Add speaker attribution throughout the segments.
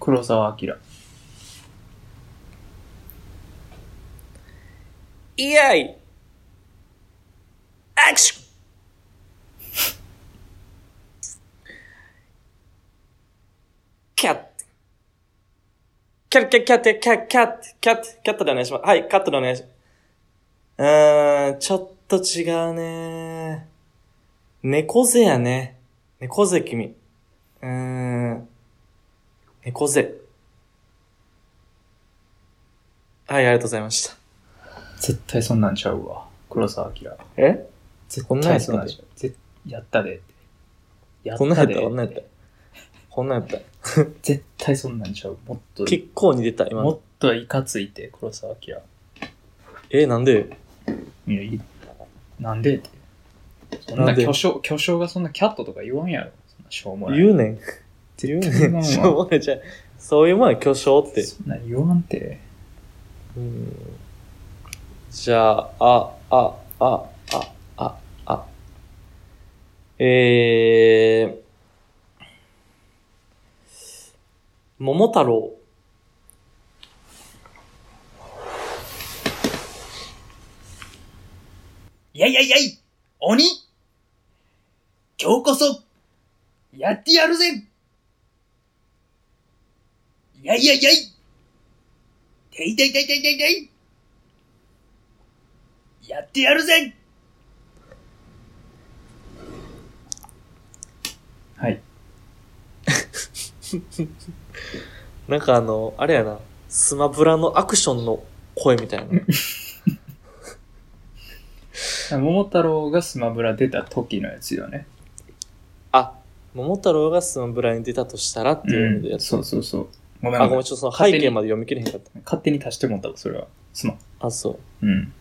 Speaker 1: 黒沢明。
Speaker 2: イエイアクションキャッキャッキャッキャッキャッキャッキャッキャッキャットでお願いします。はい、カットでお願いします。うーん、ちょっと違うね猫背やね。猫背君。うーん。猫背。はい、ありがとうございました。
Speaker 1: 絶対そんなんちゃうわ。黒沢明。
Speaker 2: え
Speaker 1: 絶
Speaker 2: こんなんや
Speaker 1: 対
Speaker 2: った
Speaker 1: そ
Speaker 2: で
Speaker 1: んなんちゃう。ぜやったでって。や
Speaker 2: こんなんやった、
Speaker 1: で
Speaker 2: こんなんやった。こんなんやった。
Speaker 1: 絶対そんなんちゃう。もっと、
Speaker 2: 結構似てた、今
Speaker 1: も
Speaker 2: の。
Speaker 1: っといかついて、黒沢明。
Speaker 2: え、なんで
Speaker 1: いや、いい。なんでって。そん
Speaker 2: な
Speaker 1: なん
Speaker 2: で
Speaker 1: 巨匠、巨匠がそんなキャットとか言わんやろ。そんなしょうもない。
Speaker 2: 言うねん。 言うね
Speaker 1: 対
Speaker 2: ん。 し
Speaker 1: 言
Speaker 2: ょう
Speaker 1: わん
Speaker 2: もないじゃんそういうもんや、巨匠って。
Speaker 1: そんなん言わんて。
Speaker 2: うんじゃあ、あ、あ、あ、あ、あ、あ。えー、桃太郎。
Speaker 1: いやいやいやい鬼今日こそ、やってやるぜいやいやいやいていていていていていていやってやるぜはい。
Speaker 2: なんかあの、あれやな、スマブラのアクションの声みたいな。
Speaker 1: 桃太郎がスマブラ出た時のやつよね。
Speaker 2: あ、桃太郎がスマブラに出たとしたらっていうのでやつ。
Speaker 1: そうそうそう。ごめん
Speaker 2: あ、ご
Speaker 1: ご
Speaker 2: め
Speaker 1: め
Speaker 2: ん、
Speaker 1: ん。
Speaker 2: ちょっとその背景まで読み切れへんかった。
Speaker 1: 勝手に足してもったわ、それは。すまん。
Speaker 2: あ、そう。
Speaker 1: うん。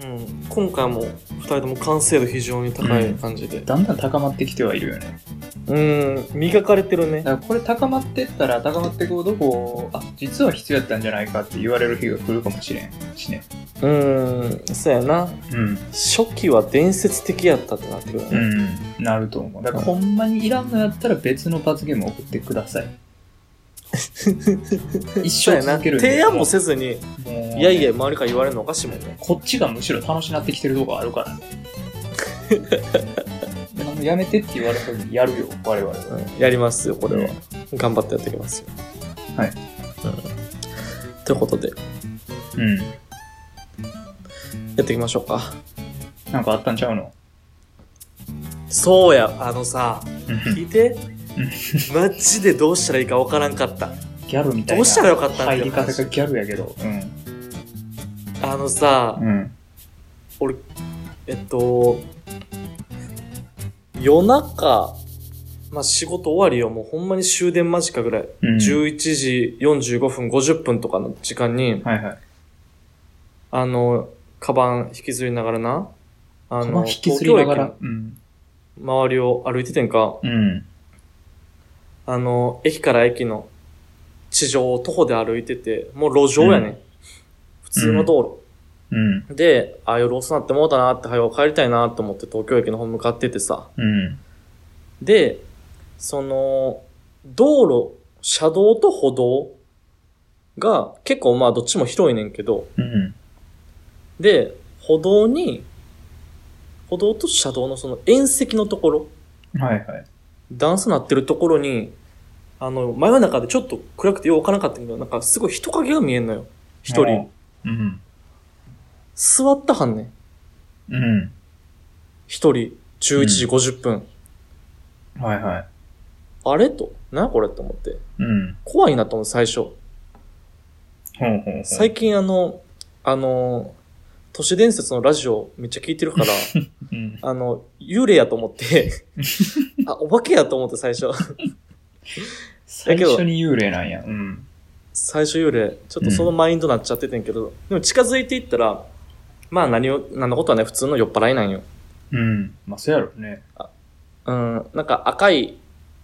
Speaker 2: うん、今回も2人とも完成度非常に高い感じで。
Speaker 1: だんだん高まってきてはいるよね。
Speaker 2: うん、磨かれてるね。
Speaker 1: だからこれ高まってったら高まってこうどこあ実は必要やったんじゃないかって言われる日が来るかもしれんしね
Speaker 2: うん、そうやな。
Speaker 1: うん
Speaker 2: 初期は伝説的やったってなってくるよ
Speaker 1: う
Speaker 2: ね。
Speaker 1: んなると思うだからほんまにいらんのやったら別の罰ゲーム送ってくだ さい一
Speaker 2: そう
Speaker 1: 生
Speaker 2: やな。
Speaker 1: 続けるんで
Speaker 2: 提案もせずに、
Speaker 1: もうもうね
Speaker 2: いやいや、周りから言われるのおかしいもんね。
Speaker 1: こっちがむしろ楽しなってきてるとこあるから ねあのやめてって言われた時やるよ我々は
Speaker 2: うんやりますよ、これは。頑張ってやっていきますよ。
Speaker 1: はい。
Speaker 2: うん。ということで、
Speaker 1: うん
Speaker 2: やっていきましょうか。
Speaker 1: なんかあったんちゃうの
Speaker 2: そうや、あのさ、聞いて
Speaker 1: うん。
Speaker 2: マジでどうしたらいいかわからんかった。
Speaker 1: ギャルみたいな
Speaker 2: どうしたらよかったんだ
Speaker 1: 入
Speaker 2: よ
Speaker 1: り方がギャルやけどう
Speaker 2: あのさ
Speaker 1: ん、うん
Speaker 2: 俺、えっと、夜中、まあ、仕事終わりよ、もうほんまに終電間近ぐらい。
Speaker 1: うん
Speaker 2: 11時45分、50分とかの時間に、
Speaker 1: はいはい
Speaker 2: あの、カバン引きずりながらな、あ
Speaker 1: ま
Speaker 2: の、
Speaker 1: あ、引きずりなが
Speaker 2: 東
Speaker 1: ら。う
Speaker 2: 京駅
Speaker 1: ん。
Speaker 2: の周りを歩いててんか、
Speaker 1: うん。
Speaker 2: あの、駅から駅の地上を徒歩で歩いてて、もう路上やね、。
Speaker 1: うん
Speaker 2: 普通の道
Speaker 1: うん。
Speaker 2: 路。で、あ、夜遅なってもうたなって、早う帰りたいなって思って東京駅の方向かっててさ、
Speaker 1: うん。
Speaker 2: で、その、道路、車道と歩道が結構まあどっちも広いねんけど、
Speaker 1: うん。
Speaker 2: で、歩道に、歩道と車道のその縁石のところ、
Speaker 1: はいはい。
Speaker 2: 段差なってるところに、あの、真夜中でちょっと暗くてようわからなかったけど、なんかすごい人影が見えんのよ。一人。。
Speaker 1: うん。
Speaker 2: 座ったはんねん。
Speaker 1: うん。
Speaker 2: 一人。11時50分。
Speaker 1: はいはい。
Speaker 2: あれと。なこれと思って。
Speaker 1: うん。
Speaker 2: 怖いなと思って最初。
Speaker 1: ほうほうほう。
Speaker 2: 最近あの、あの、都市伝説のラジオめっちゃ聞いてるから、
Speaker 1: うん。
Speaker 2: あの、幽霊やと思って、あ、お化けやと思って最初。
Speaker 1: 最初に幽霊なんや。うん。
Speaker 2: 最初幽霊、ちょっとそのマインドなっちゃっててんけど、でも近づいていったら、まあ何を、何のことはね、普通の酔っ払いなんよ。
Speaker 1: うん。まあ、そうやろね。
Speaker 2: うん、なんか赤い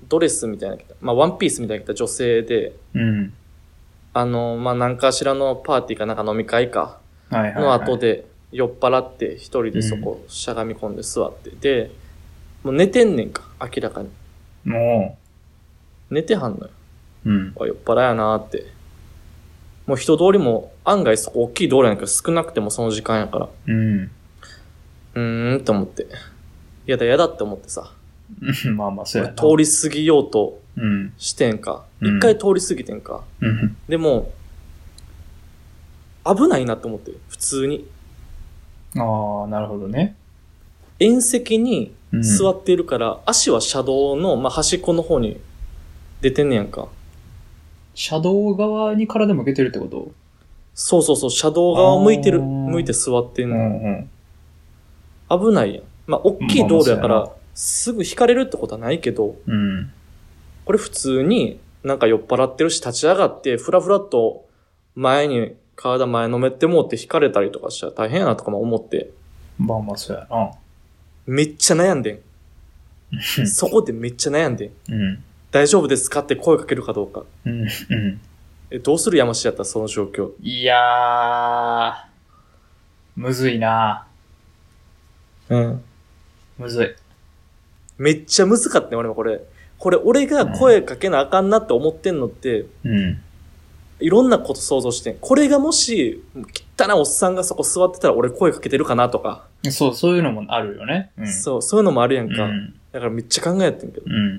Speaker 2: ドレスみたいなの着た、まあ、ワンピースみたいなの着た女性で、
Speaker 1: うん。
Speaker 2: あの、まあ、何かしらのパーティーかなんか飲み会か、
Speaker 1: はいはい、はい。
Speaker 2: の後。で酔っ払って一人でそこしゃがみ込んで座って、で、もう寝てんねんか、明らかに。
Speaker 1: も
Speaker 2: 寝てはんのよ。
Speaker 1: う、うん。
Speaker 2: あ酔っ払いやなーって。もう人通りも案外そこ大きい道路やねんから少なくてもその時間やから。
Speaker 1: うん。
Speaker 2: うーんって思って。やだやだって思ってさ。
Speaker 1: うんまあまあ、そうやな。
Speaker 2: 通り過ぎようと
Speaker 1: うん。
Speaker 2: してんか。
Speaker 1: うん
Speaker 2: 一回通り過ぎてんか。
Speaker 1: うん。
Speaker 2: でも、危ないなって思ってる。普通に。
Speaker 1: ああ、なるほどね。
Speaker 2: 縁石に
Speaker 1: うん、
Speaker 2: 座っているから、足は車道の、まあ、端っこの方に出てんねやんか。
Speaker 1: 車道側に体向けてるってこと
Speaker 2: そうそうそう、車道側向いてる。
Speaker 1: あー
Speaker 2: 向いて座ってん
Speaker 1: う
Speaker 2: の。
Speaker 1: うん。
Speaker 2: 危ないやん。まあ、大きい道路やか
Speaker 1: まあまあ
Speaker 2: ら、すぐ引かれるってことはないけど、
Speaker 1: うん。
Speaker 2: これ普通になんか酔っ払ってるし、立ち上がって、ふらふらっと前に、体前のめってもうって引かれたりとかしたら大変やなとかも思って、
Speaker 1: まあまあ、そうやな。
Speaker 2: めっちゃ悩んで
Speaker 1: うん
Speaker 2: ん。そこでめっちゃ悩んでん。
Speaker 1: うん。
Speaker 2: 大丈夫ですかって声かけるかどうか。
Speaker 1: うん。うん。
Speaker 2: え、どうする山下やったらその状況。
Speaker 1: いやー、むずいな。
Speaker 2: うん。
Speaker 1: むずい。
Speaker 2: めっちゃ難かったね、俺もこれ。これ、俺が声かけなあかんなって思ってんのって、
Speaker 1: うん。
Speaker 2: いろんなこと想像してん。これがもし、汚いおっさんがそこ座ってたら俺声かけてるかなとか、
Speaker 1: そう、そういうのもあるよね。うん。
Speaker 2: そう、そういうのもあるやん
Speaker 1: う
Speaker 2: か。
Speaker 1: ん。
Speaker 2: だからめっちゃ考えてんけど。
Speaker 1: うん。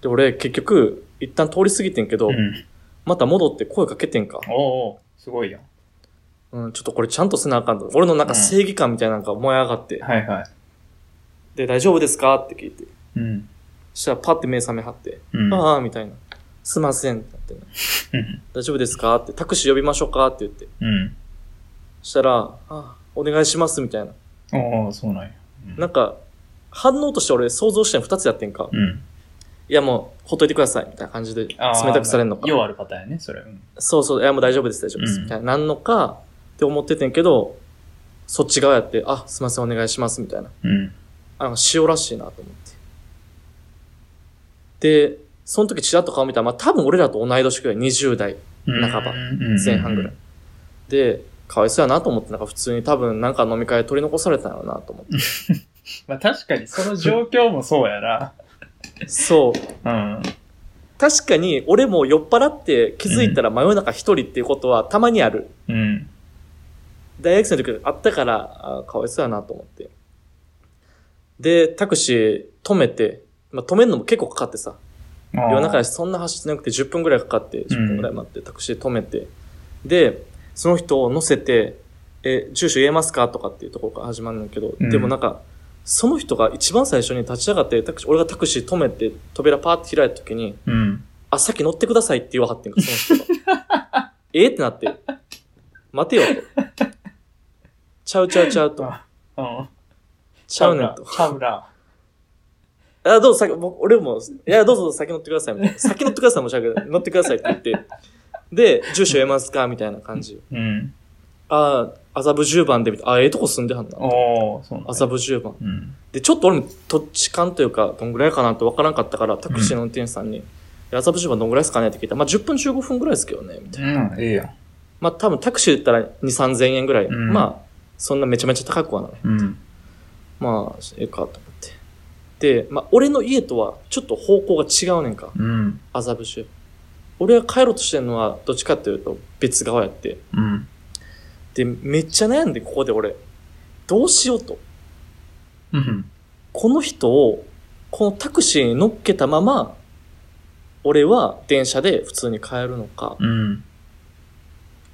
Speaker 2: で、俺、結局、一旦通り過ぎてんけど、
Speaker 1: うん。
Speaker 2: また戻って声かけてんか。
Speaker 1: おうおうすごいよ。
Speaker 2: うん、ちょっとこれちゃんとせなあかんと。俺のなんか正義感みたいなのが燃え上がって。
Speaker 1: はいはい。
Speaker 2: で、大丈夫ですかって聞いて。
Speaker 1: うん。
Speaker 2: そしたらパッて目覚めはって。
Speaker 1: うん。
Speaker 2: ああ、みたいな。すいません、ってなって
Speaker 1: うん
Speaker 2: 大丈夫ですかって、タクシー呼びましょうかって言って。
Speaker 1: うん。
Speaker 2: そしたら、ああ、お願いします、みたいな。
Speaker 1: おうおうそうなんや。うん
Speaker 2: なんか、反応として俺想像してん二つやってんか。
Speaker 1: うん。
Speaker 2: いやもう、ほっといてください、みたいな感じで、冷
Speaker 1: あー
Speaker 2: たくされんのか。
Speaker 1: ようあるパターンやね、それ。うん
Speaker 2: そうそう、いやもう大丈夫です、大丈夫です、
Speaker 1: うん
Speaker 2: みたいな。なんのか、って思っててんけど、そっち側やって、あ、すいません、お願いします、みたいな。
Speaker 1: うん。
Speaker 2: あ、なんか塩らしいな、と思って。で、その時チラッと顔見たら、まあ多分俺らと同い年くらい、20代。
Speaker 1: うん
Speaker 2: 半ば
Speaker 1: うん
Speaker 2: 前半ぐらい。で、かわいそうやなと思って、なんか普通に多分なんか飲み会取り残されたんやろなと思 っ
Speaker 1: まあ確かにその状況もそうやな。
Speaker 2: て。そう。
Speaker 1: うん。
Speaker 2: 確かに俺も酔っ払って気づいたら真夜中一人っていうことはたまにある。
Speaker 1: うん。
Speaker 2: 大学生の時あったから、あかわいそうやなと思って。で、タクシー止めて、まあ、止めるのも結構かかってさ。夜中
Speaker 1: あ
Speaker 2: やしそんな走ってなくて10分ぐらいかかって、10分ぐらい待って、タクシー止めて。で、その人を乗せて、え、住所言えますかとかっていうところから始まるんだけど、
Speaker 1: うん
Speaker 2: でもなんか、その人が一番最初に立ち上がって、タクシー、俺がタクシー止めて、扉パーって開いた時に、
Speaker 1: ーうん。
Speaker 2: あ、さっき乗ってくださいって言わはってんか、その人が。えーってなって、待てよと。ちゃうちゃうちゃうと。
Speaker 1: うん。
Speaker 2: ちゃうねんと。
Speaker 1: ちゃうな。
Speaker 2: あ、どうぞ、先、僕、俺も、いや、どうぞ、先乗ってください、みたいな。先乗ってください、もし訳ない。乗ってくださいって言って。で、住所言えますかみたいな感じ。
Speaker 1: うん。
Speaker 2: ああ、麻布十番で、みたいな。あ、ええとこ住んではんな。
Speaker 1: おおそうなんや
Speaker 2: 麻布十番。
Speaker 1: うん。
Speaker 2: で、ちょっと俺も土地勘というか、どんぐらいかなってわからんかったから、タクシーの運転手さんに、いや麻布十番どんぐらいですかねって聞いたら、まあ、10分15分ぐらいですけどね、みたいな。
Speaker 1: うん、ええやん。
Speaker 2: まあ、多分タクシーで言ったら2、3000円ぐらい。
Speaker 1: うん
Speaker 2: まあ、そんなめちゃめちゃ高くはない。
Speaker 1: うん。
Speaker 2: まあ、ええかと思って。で、まあ、俺の家とはちょっと方向が違うねんか。
Speaker 1: うん。
Speaker 2: 麻布十番俺が帰ろうとしてるのはどっちかっていうと別側やって
Speaker 1: うん。
Speaker 2: でめっちゃ悩んでここで俺どうしようと
Speaker 1: うん。
Speaker 2: この人をこのタクシーに乗っけたまま俺は電車で普通に帰るのか
Speaker 1: うん。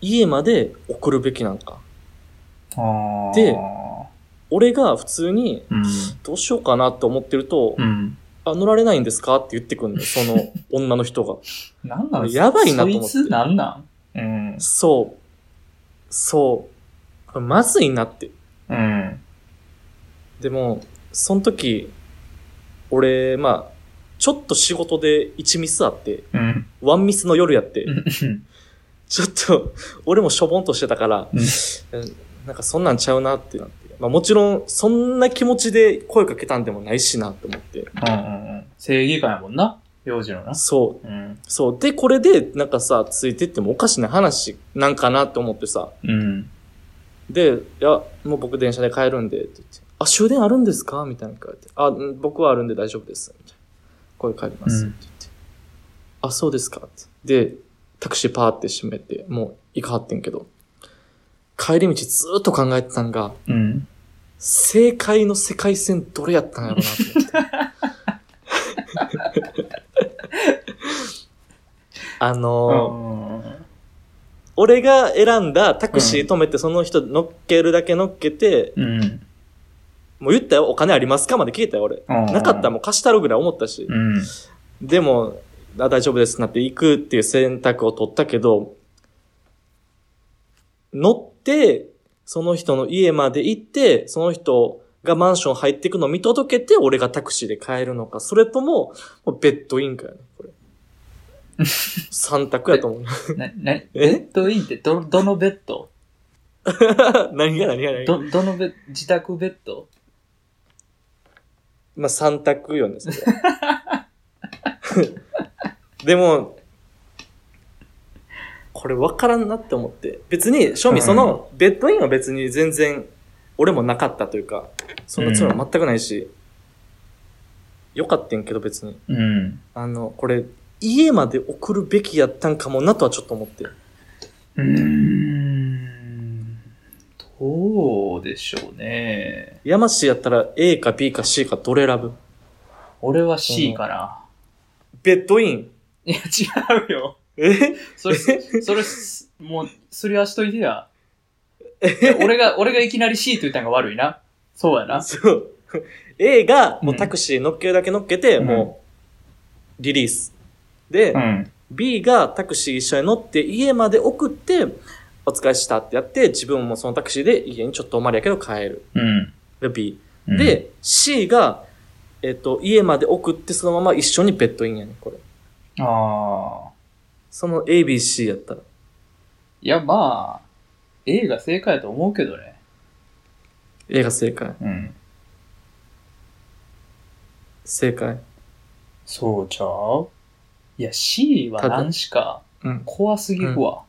Speaker 2: 家まで送るべきなんか
Speaker 1: ああ。
Speaker 2: で俺が普通に
Speaker 1: うん。
Speaker 2: どうしようかなって思ってると、
Speaker 1: うん。
Speaker 2: あ、乗られないんですかって言ってくんのよ、そ の女の人が。
Speaker 1: なんなん
Speaker 2: やばいなと思って
Speaker 1: そいつなんなんうん。
Speaker 2: そう。そう。これまずいなって。
Speaker 1: うん。
Speaker 2: でも、その時、俺、まあ、ちょっと仕事で1ミスあって、
Speaker 1: うん。
Speaker 2: ワンミスの夜やって、
Speaker 1: うん
Speaker 2: ちょっと、俺もしょぼんとしてたから、
Speaker 1: うん
Speaker 2: うんなんかそんなんちゃうなってなって。まあもちろん、そんな気持ちで声かけたんでもないしなと思って。
Speaker 1: うんうんうん。正義感やもんな。幼児のな。
Speaker 2: そう。
Speaker 1: うん。
Speaker 2: そう。で、これで、なんかさ、ついてってもおかしな話なんかなと思ってさ。
Speaker 1: うん。
Speaker 2: で、いや、もう僕電車で帰るんで、って言って。あ、終電あるんですかみたいなの聞かれて。あ、うん僕はあるんで大丈夫です。みたいな。声帰ります。
Speaker 1: うん
Speaker 2: って言って。あ、そうですかって。で、タクシーパーって閉めて、もう行かはってんけど。帰り道ずーっと考えてたんが、
Speaker 1: うん。
Speaker 2: 正解の世界線どれやったんやろうなと思って。あ
Speaker 1: う
Speaker 2: のー
Speaker 1: んうん
Speaker 2: 俺が選んだタクシー止めてその人乗っけるだけ乗っけて、
Speaker 1: うん。
Speaker 2: もう言ったよ、お金ありますかまで聞いたよ、俺。な
Speaker 1: な
Speaker 2: かったらもう貸したろぐらい思ったし
Speaker 1: う。ん。
Speaker 2: でも、あ大丈夫ですなって行くっていう選択を取ったけど、乗って、その人の家まで行って、その人がマンション入ってくのを見届けて、俺がタクシーで帰るのか、それとも、もうベッドインかやね、これ。三択やと思う。
Speaker 1: な、な、ベ
Speaker 2: え
Speaker 1: ッドインってど、どのベッド
Speaker 2: 何が何が何が。
Speaker 1: ど、どのベッ、自宅ベッド
Speaker 2: まあ、三択よね、それ はでも、これ分からんなって思って。別に、正味その、ベッドインは別に全然、俺もなかったというか、そんなつもりは全くないし、よかったんけど別に。
Speaker 1: うん。
Speaker 2: あの、これ、家まで送るべきやったんかもなとはちょっと思って。
Speaker 1: うーん。どうでしょうね。
Speaker 2: 山氏やったら A か B か C かどれ選ぶ
Speaker 1: 俺は C かな。
Speaker 2: ベッドイン。
Speaker 1: いや、違うよ。
Speaker 2: え
Speaker 1: それ、それ、すもう、すり合わしといてや。いや俺が、俺がいきなり C と言ったんが悪いな。そうやな。
Speaker 2: そう。A が、もううんタクシー乗っけるだけ乗っけて、
Speaker 1: うん
Speaker 2: もう、リリース。で、
Speaker 1: ん。
Speaker 2: B がタクシー一緒に乗って、家まで送って、お疲れしたってやって、自分もそのタクシーで家にちょっとおまりやけど帰る。
Speaker 1: うん。
Speaker 2: で、B。
Speaker 1: うん、
Speaker 2: で、C が、えっ、と、家まで送って、そのまま一緒にベッドインやねんこれ。
Speaker 1: ああ。
Speaker 2: その A、B、C やったら。
Speaker 1: いや、まあ、A が正解やと思うけどね。
Speaker 2: A が正解。
Speaker 1: うん。
Speaker 2: 正解。
Speaker 1: そうちゃういや、C は
Speaker 2: ただ
Speaker 1: 何しか
Speaker 2: うん。
Speaker 1: 怖すぎるわ。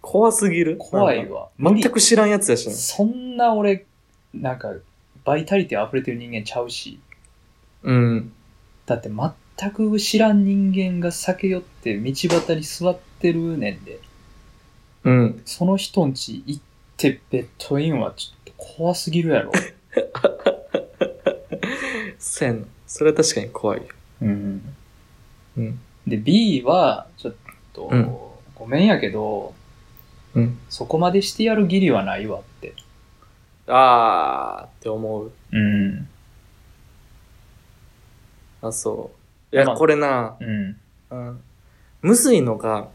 Speaker 2: 怖すぎる。
Speaker 1: 怖い
Speaker 2: なんか
Speaker 1: わ。
Speaker 2: 全く知らんやつやしな。
Speaker 1: そんな俺、なんか、バイタリティ溢れてる人間ちゃうし、
Speaker 2: うん。
Speaker 1: だって全く知らん人間が酒酔って道端に座ってるねんで、
Speaker 2: うん。
Speaker 1: その人んち行ってベッドインはちょっと怖すぎるやろ。
Speaker 2: せやな。それは確かに怖いよ。
Speaker 1: うん。
Speaker 2: うん。
Speaker 1: で、B は、ちょっと、
Speaker 2: うん
Speaker 1: ごめんやけど、
Speaker 2: うん。
Speaker 1: そこまでしてやる義理はないわって。
Speaker 2: あーって思う。
Speaker 1: うん。
Speaker 2: あ、そう。いや、
Speaker 1: まあ
Speaker 2: これな、
Speaker 1: うん。
Speaker 2: うん。むずいのが、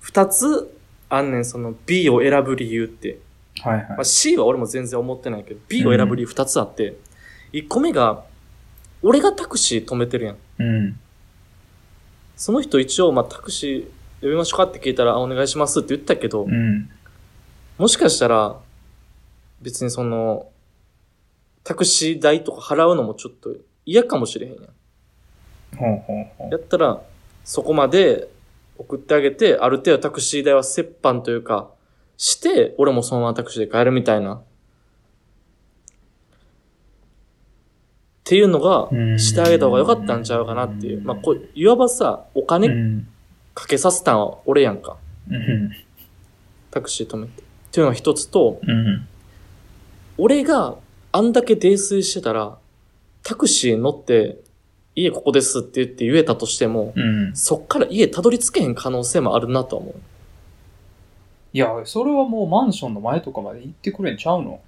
Speaker 2: 二つあんねん、その B を選ぶ理由って。
Speaker 1: はい
Speaker 2: ま
Speaker 1: は
Speaker 2: あ、C は俺も全然思ってないけど、B を選ぶ理由二つあって、一個目が、俺がタクシー止めてるやん。
Speaker 1: い。うん。
Speaker 2: その人一応、まあ、タクシー呼びましょうかって聞いたら、あ、お願いしますって言ったけど、
Speaker 1: うん。
Speaker 2: もしかしたら、別にその、タクシー代とか払うのもちょっと嫌かもしれへんやん。
Speaker 1: ほうほうほう。
Speaker 2: やったら、そこまで送ってあげて、ある程度タクシー代は折半というか、して、俺もそのままタクシーで帰るみたいな。っていうのが
Speaker 1: う、ん
Speaker 2: してあげた方が良かったんちゃうかなっていう。
Speaker 1: うん
Speaker 2: まあ、こう、いわばさ、お
Speaker 1: う
Speaker 2: 金
Speaker 1: ん。
Speaker 2: かけさせたんは俺やんか。
Speaker 1: うん。
Speaker 2: タクシー止めて。っていうのが一つと、
Speaker 1: うん。
Speaker 2: 俺があんだけ泥酔してたら、タクシー乗って、家ここですって言って言えたとしても、
Speaker 1: うん。
Speaker 2: そっから家たどり着けへん可能性もあるなとは思う。
Speaker 1: いや、それはもうマンションの前とかまで行ってくれんちゃうの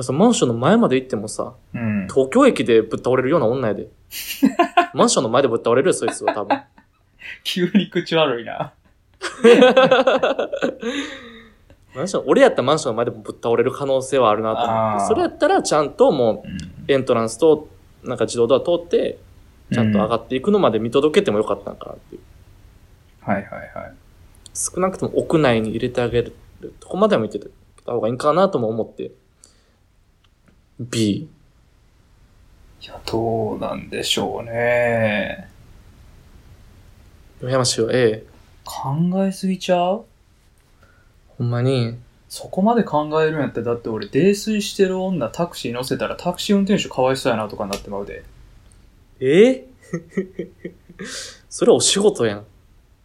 Speaker 2: そのマンションの前まで行ってもさ、
Speaker 1: うん。
Speaker 2: 東京駅でぶっ倒れるような女 やで。マンションの前でぶっ倒れるよ、そいつは多分。
Speaker 1: 急に口悪いな。
Speaker 2: マンション、俺やったらマンションの前でもぶっ倒れる可能性はあるなと思っ
Speaker 1: あー
Speaker 2: て。それやったらちゃんとも
Speaker 1: うん。
Speaker 2: うエントランスと、なんか自動ドア通って、ちゃんと上が
Speaker 1: っ
Speaker 2: っていくのまで見届けてもよかったんかなっていう。
Speaker 1: はいはいはい。
Speaker 2: 少なくとも屋内に入れてあげるるとこまでは見てた方がいいんかなとも思って。B。
Speaker 1: いや、どうなんでしょうね。
Speaker 2: 山氏は A。
Speaker 1: 考えすぎちゃう
Speaker 2: ほんまに、
Speaker 1: そこまで考えるんやったら、だって俺、泥酔してる女タクシー乗せたらタクシー運転手かわいそうやなとかなってまうで。
Speaker 2: え それはお仕事やん。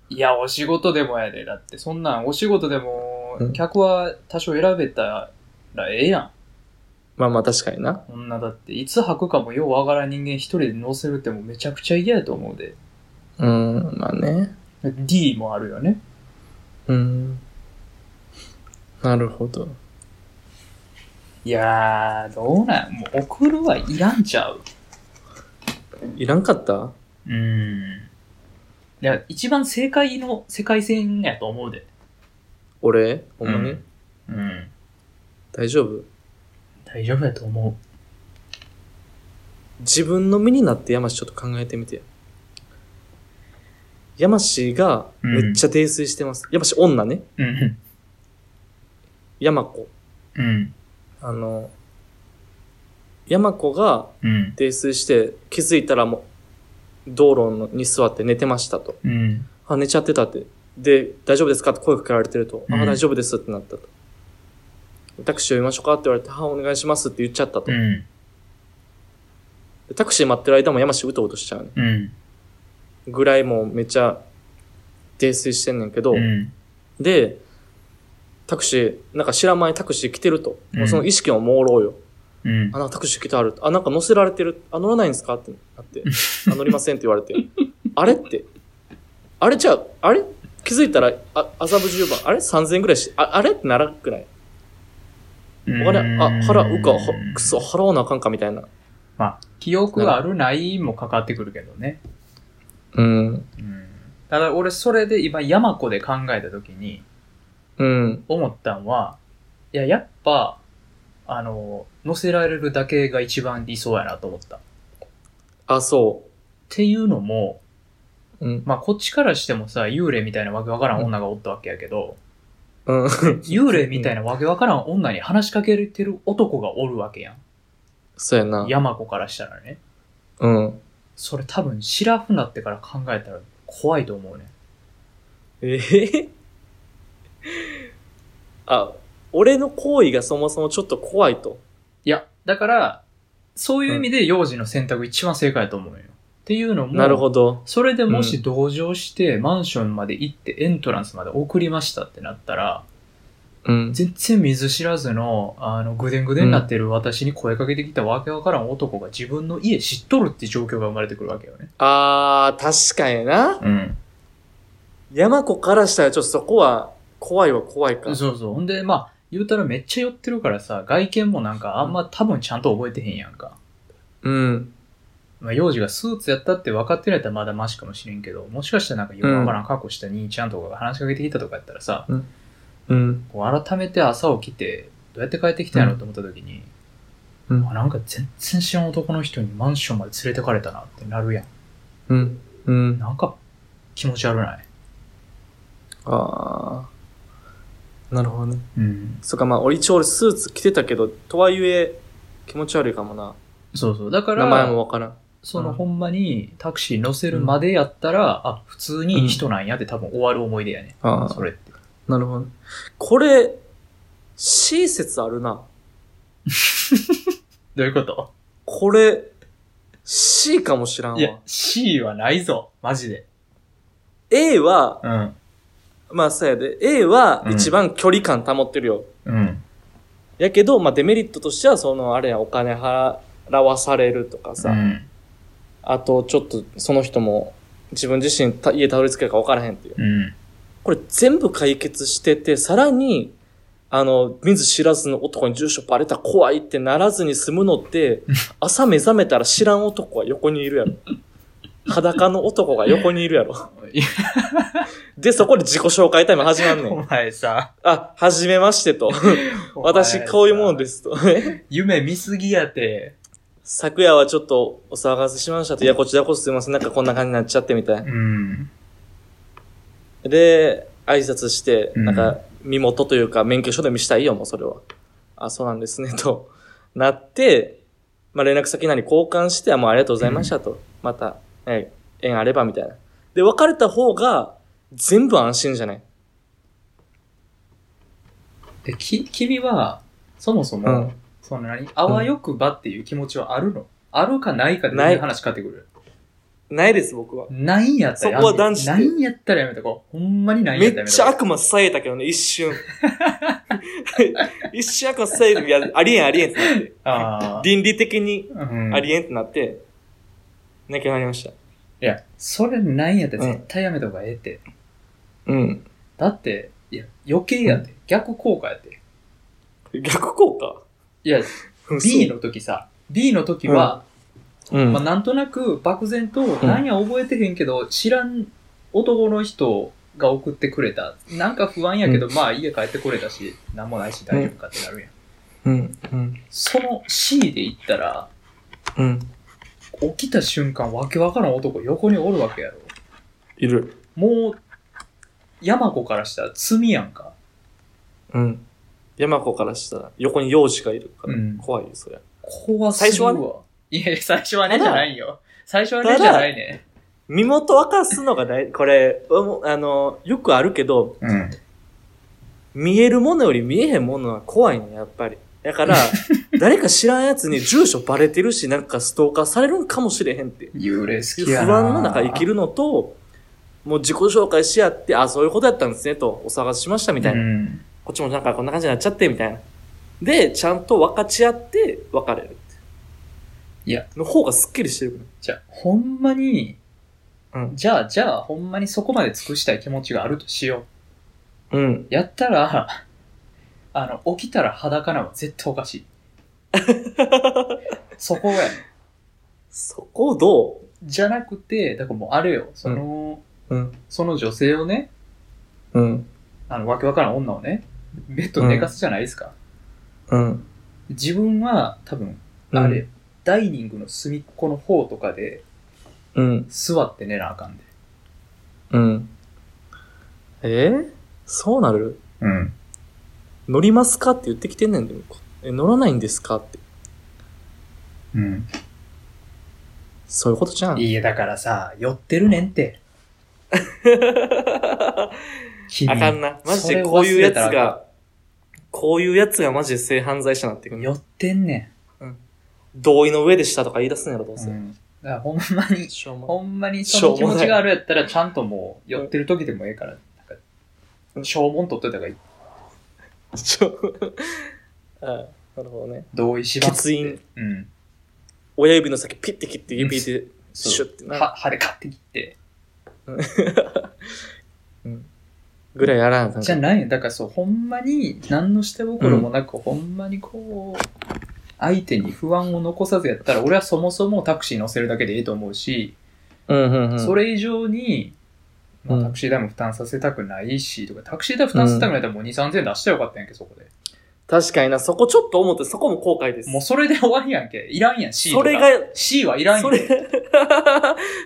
Speaker 1: いや、お仕事でもやで。だって、そんなん、お仕事でも
Speaker 2: うん、
Speaker 1: 客は多少選べたらええやん。
Speaker 2: まあまあ確かにな。
Speaker 1: 女だって、いつ履くかもようわからん人間一人で乗せるってもうめちゃくちゃ嫌やと思うで。
Speaker 2: うん、まあね。
Speaker 1: D もあるよね。
Speaker 2: うん。なるほど。
Speaker 1: いやー、どうなんもう送るはいらんちゃう。
Speaker 2: いらんかった
Speaker 1: うん。いや、一番正解の世界線やと思うで。
Speaker 2: 俺ほんまに、
Speaker 1: うんうん。
Speaker 2: 大丈夫
Speaker 1: 大丈夫やと思う。
Speaker 2: 自分の身になって山氏ちょっと考えてみてや。山氏がめっちゃ泥酔してます。山氏女ね。
Speaker 1: うん。
Speaker 2: 山子。
Speaker 1: うん。
Speaker 2: あの、山子が
Speaker 1: うん。
Speaker 2: 泥酔して気づいたらもう道路のに座って寝てましたと。
Speaker 1: うん。
Speaker 2: あ、寝ちゃってたって。で、大丈夫ですかって声かけられてると。
Speaker 1: う
Speaker 2: あ、
Speaker 1: ん
Speaker 2: 大丈夫ですってなったと。タクシー呼びましょうかって言われて、はあ、お願いしますって言っちゃったと。
Speaker 1: うん。
Speaker 2: でタクシー待ってる間も山氏うとうとしちゃうね。
Speaker 1: うん。
Speaker 2: ぐらいもうめっちゃ泥酔してんねんけど、
Speaker 1: うん。
Speaker 2: で、タクシー、なんか知らん間にタクシー来てると。
Speaker 1: うん
Speaker 2: もうその意識を朦朧よ。
Speaker 1: うん
Speaker 2: あ、。なんかタクシー来てある。あ、なんか乗せられてる。あ、乗らないんですかってな って。あ、乗りませんって言われて。あれって。あれじゃあ、あれ気づいたら、あ、麻布十番。あれ ?3000 円ぐらいし、ああれってならなくないお金、あ、払うか、はくそ、払わなあかんかみたいな。
Speaker 1: まあ、記憶があるないもかかってくるけどね。
Speaker 2: うん。
Speaker 1: うん。ただ俺それで今、山子で考えたときに
Speaker 2: うん。
Speaker 1: 思ったんは、いや、やっぱ、あの、乗せられるだけが一番理想やなと思った。っ
Speaker 2: あ、そ
Speaker 1: ていうのも、
Speaker 2: う。うん。
Speaker 1: まあ、こっちからしてもさ、幽霊みたいなわけわからん女がおったわけやけど、
Speaker 2: うん。
Speaker 1: 幽霊みたいなわけわからん女に話しかけてる男がおるわけや。。
Speaker 2: そうやなん
Speaker 1: 山子からしたらね。
Speaker 2: うん。
Speaker 1: それ多分、シラフなってから考えたら怖いと思うね。
Speaker 2: ええあ、俺の行為がそもそもちょっと怖いと。
Speaker 1: いや、だから、そういう意味で幼児の選択一番正解だと思うよ。っていうのも、
Speaker 2: なるほど。
Speaker 1: それでもし同情してマンションまで行ってエントランスまで送りましたってなったら、
Speaker 2: うん。
Speaker 1: 全然水知らずの、あの、ぐでんぐでんになってる私に声かけてきたわけわからん男が自分の家知っとるって状況が生まれてくるわけよね。
Speaker 2: あー、確かにな。
Speaker 1: うん。
Speaker 2: 山子からしたらちょっとそこは、怖いは怖いか。
Speaker 1: そうそう。ほんで、まあ、言うたらめっちゃ寄ってるからさ、外見もなんかあんま多分ちゃんと覚えてへんやんか。
Speaker 2: うん。
Speaker 1: まあ、幼児がスーツやったって分かってるやったらまだマシかもしれんけど、もしかしたらなんかよくわからん過去した兄ちゃんとかが話しかけてきたとかやったらさ、
Speaker 2: うん。
Speaker 1: こう改めて朝起きて、どうやって帰ってきたんやろうと思った時に、
Speaker 2: うん
Speaker 1: あ。なんか全然知らん男の人にマンションまで連れてかれたなってなるやん。
Speaker 2: うん。うん。
Speaker 1: なんか気持ち悪ない。
Speaker 2: あー。なるほどね。
Speaker 1: うん。
Speaker 2: そっか、まあ、俺一応俺スーツ着てたけど、とはいえ、気持ち悪いかもな。
Speaker 1: そうそう。だか
Speaker 2: 名前
Speaker 1: ら、
Speaker 2: もわからん。
Speaker 1: その
Speaker 2: うん
Speaker 1: ほんまにタクシー乗せるまでやったら、あ、普通に人なんやって多分終わる思い出やね。
Speaker 2: あ
Speaker 1: それって。
Speaker 2: ー。なるほどね。これ、C 説あるな。
Speaker 1: どういうこと
Speaker 2: これ、C かもしらん
Speaker 1: いや
Speaker 2: わ。、
Speaker 1: C はないぞ。マジで。
Speaker 2: A は、
Speaker 1: うん。
Speaker 2: まあそうやで、A は
Speaker 1: うん
Speaker 2: 一番距離感保ってるよ。
Speaker 1: うん。
Speaker 2: やけど、まあデメリットとしては、その、あれや、お金払わされるとかさ、
Speaker 1: うん
Speaker 2: あとちょっとその人も自分自身た家たどり着けるか分からへんっていう。
Speaker 1: うん。
Speaker 2: これ全部解決してて、さらに、あの、見ず知らずの男に住所バレたら怖いってならずに済むのって、朝目覚めたら知らん男が横にいるやろ。裸の男が横にいるやろ。で、そこで自己紹介タイム始まんね
Speaker 1: お
Speaker 2: ん。
Speaker 1: 前さ、
Speaker 2: あ、はじめましてと。私、こういうもんですと。
Speaker 1: 夢見すぎやて。
Speaker 2: 昨夜はちょっとお騒がせしましたと。いや、こちらこそすいません。なんかこんな感じになっちゃってみたい。
Speaker 1: うん。
Speaker 2: で、挨拶して、
Speaker 1: うん
Speaker 2: なんか、身元というか免許証で見したいよ、もうそれは。あ、そうなんですね、となって、まあ、連絡先なり交換して、あもうありがとうございましたと。また、え、縁あれば、みたいな。で、別れた方が、全部安心じゃない
Speaker 1: で、き、君は、そもそも、
Speaker 2: うん
Speaker 1: その何あわよくばっていう気持ちはあるの、あるかないかで
Speaker 2: ない
Speaker 1: 全然話変わってくる。
Speaker 2: ないです、僕は。
Speaker 1: ないんやったらやめ
Speaker 2: そこは断じて
Speaker 1: ないんやったらやめとこう。ほんまにないん
Speaker 2: め
Speaker 1: やったらや
Speaker 2: っ
Speaker 1: め
Speaker 2: ち
Speaker 1: と
Speaker 2: ゃ
Speaker 1: こ
Speaker 2: 悪魔さえたけどね、一 瞬。一瞬悪魔さえたけどいや、ありえんありえんってなって。
Speaker 1: う。ああ。
Speaker 2: 倫理的に
Speaker 1: うん
Speaker 2: ありえんってなって、なくなりました。
Speaker 1: いや、それないんやったら絶対やめた方がええって。
Speaker 2: うん。
Speaker 1: だって、いや、余計やって。逆効果やって。
Speaker 2: 逆効果
Speaker 1: いや、
Speaker 2: うん
Speaker 1: B の時さ、B の時は、
Speaker 2: そううん
Speaker 1: まあ、なんとなく漠然と、なんや覚えてへんけど、知らん男の人が送ってくれた。なんか不安やけど、まあ家帰ってこれたし、なんもないし大丈夫かってなるやん。
Speaker 2: うん。うん。
Speaker 1: その C で言ったら、
Speaker 2: うん。
Speaker 1: 起きた瞬間、わけわからん男横におるわけやろ。
Speaker 2: いる。
Speaker 1: もう、山子からしたら罪やんか。
Speaker 2: うん。山子からしたら、横に幼児がいるから、
Speaker 1: うん
Speaker 2: 怖いよ、そりゃ。
Speaker 1: 怖すぎるわ。
Speaker 2: 最初
Speaker 1: いやいや、最初はね
Speaker 2: た
Speaker 1: じ
Speaker 2: だ
Speaker 1: ゃないよ。最初はねじゃないね。
Speaker 2: 身元明かすのが大、これ、おあの、よくあるけど、
Speaker 1: うん。
Speaker 2: 見えるものより見えへんものは怖いね、やっぱり。だ から、誰か知らんやつに住所バレてるし、なんかストーカーされるんかもしれへんって。
Speaker 1: 幽霊好き
Speaker 2: 不
Speaker 1: やな。
Speaker 2: 安の中生きるのと、もう自己紹介し合って、あ、そういうことやったんですね、と、お探ししましたみ
Speaker 1: み
Speaker 2: たいな。
Speaker 1: うん。
Speaker 2: こっちもなんかこんな感じになっちゃって、みたいな。で、ちゃんと分かち合って、別れるって。
Speaker 1: いや。
Speaker 2: の方がスッキリしてる。
Speaker 1: じゃあ、ほんまに、
Speaker 2: うん
Speaker 1: じゃあ、じゃあ、ほんまにそこまで尽くしたい気持ちがあるとしよ
Speaker 2: うん。
Speaker 1: う。やったら、あの、起きたら裸なのは絶対おかし い。そこやね
Speaker 2: そこをど
Speaker 1: じゃなくて、だからもうあれよ、その、
Speaker 2: ううん。
Speaker 1: その女性をね、
Speaker 2: うん。
Speaker 1: あの、わけわからん女をね、ベッド寝かすじゃないですか。
Speaker 2: うん。
Speaker 1: 自分は、多分、あれ、。ダイニングの隅っこの方とかで
Speaker 2: うん。
Speaker 1: 座って寝なあかんで。
Speaker 2: うん。えー、そうなる
Speaker 1: うん。
Speaker 2: 乗りますかって言ってきてんねんで、向こうえ、乗らないんですかって。
Speaker 1: うん。
Speaker 2: そういうことじゃ ん。
Speaker 1: いや、だからさ、酔ってるねんって。君
Speaker 2: あかんな。マジでこういうやつ。
Speaker 1: それ忘れたらあ
Speaker 2: が、こういうやつがマジで性犯罪者になってく
Speaker 1: かん
Speaker 2: る。
Speaker 1: 酔ってんね。
Speaker 2: 同意の上でしたとか言い出すんやろ、どうんせ。
Speaker 1: うん。だからほんまに、
Speaker 2: しょうもない
Speaker 1: ほんまにその気持ちがあるやったら、ちゃんともう、
Speaker 2: しょうも
Speaker 1: 酔
Speaker 2: ない
Speaker 1: ってる時でもええから、なんか、証文取っといた方がいい。
Speaker 2: ちょ あなるほどね。
Speaker 1: 同意します。
Speaker 2: 欠員、
Speaker 1: うん。
Speaker 2: 親指の先ピッて切って指で
Speaker 1: そう
Speaker 2: シュッてな。
Speaker 1: は、腫れかってきて。
Speaker 2: うんぐらいやらなあかん
Speaker 1: じ
Speaker 2: か
Speaker 1: ゃないよ。だからそう、ほんまに、何の下心もなく、ほんまにこう、相手に不安を残さずやったら、俺はそもそもタクシー乗せるだけでいいと思うし、
Speaker 2: うんうんうん。
Speaker 1: それ以上に、まあ、
Speaker 2: うん
Speaker 1: タクシー代も負担させたくないし、とか、タクシー代負担させたくないったらもう2、3000円出したらよかったんやんけ、そこで。
Speaker 2: 確かにな、そこちょっと思って、そこも後悔です。
Speaker 1: もうそれで終わりやんけ。いらんやん、C と
Speaker 2: そ
Speaker 1: か。
Speaker 2: れが、
Speaker 1: C はいらんや
Speaker 2: そ
Speaker 1: ん。
Speaker 2: れ、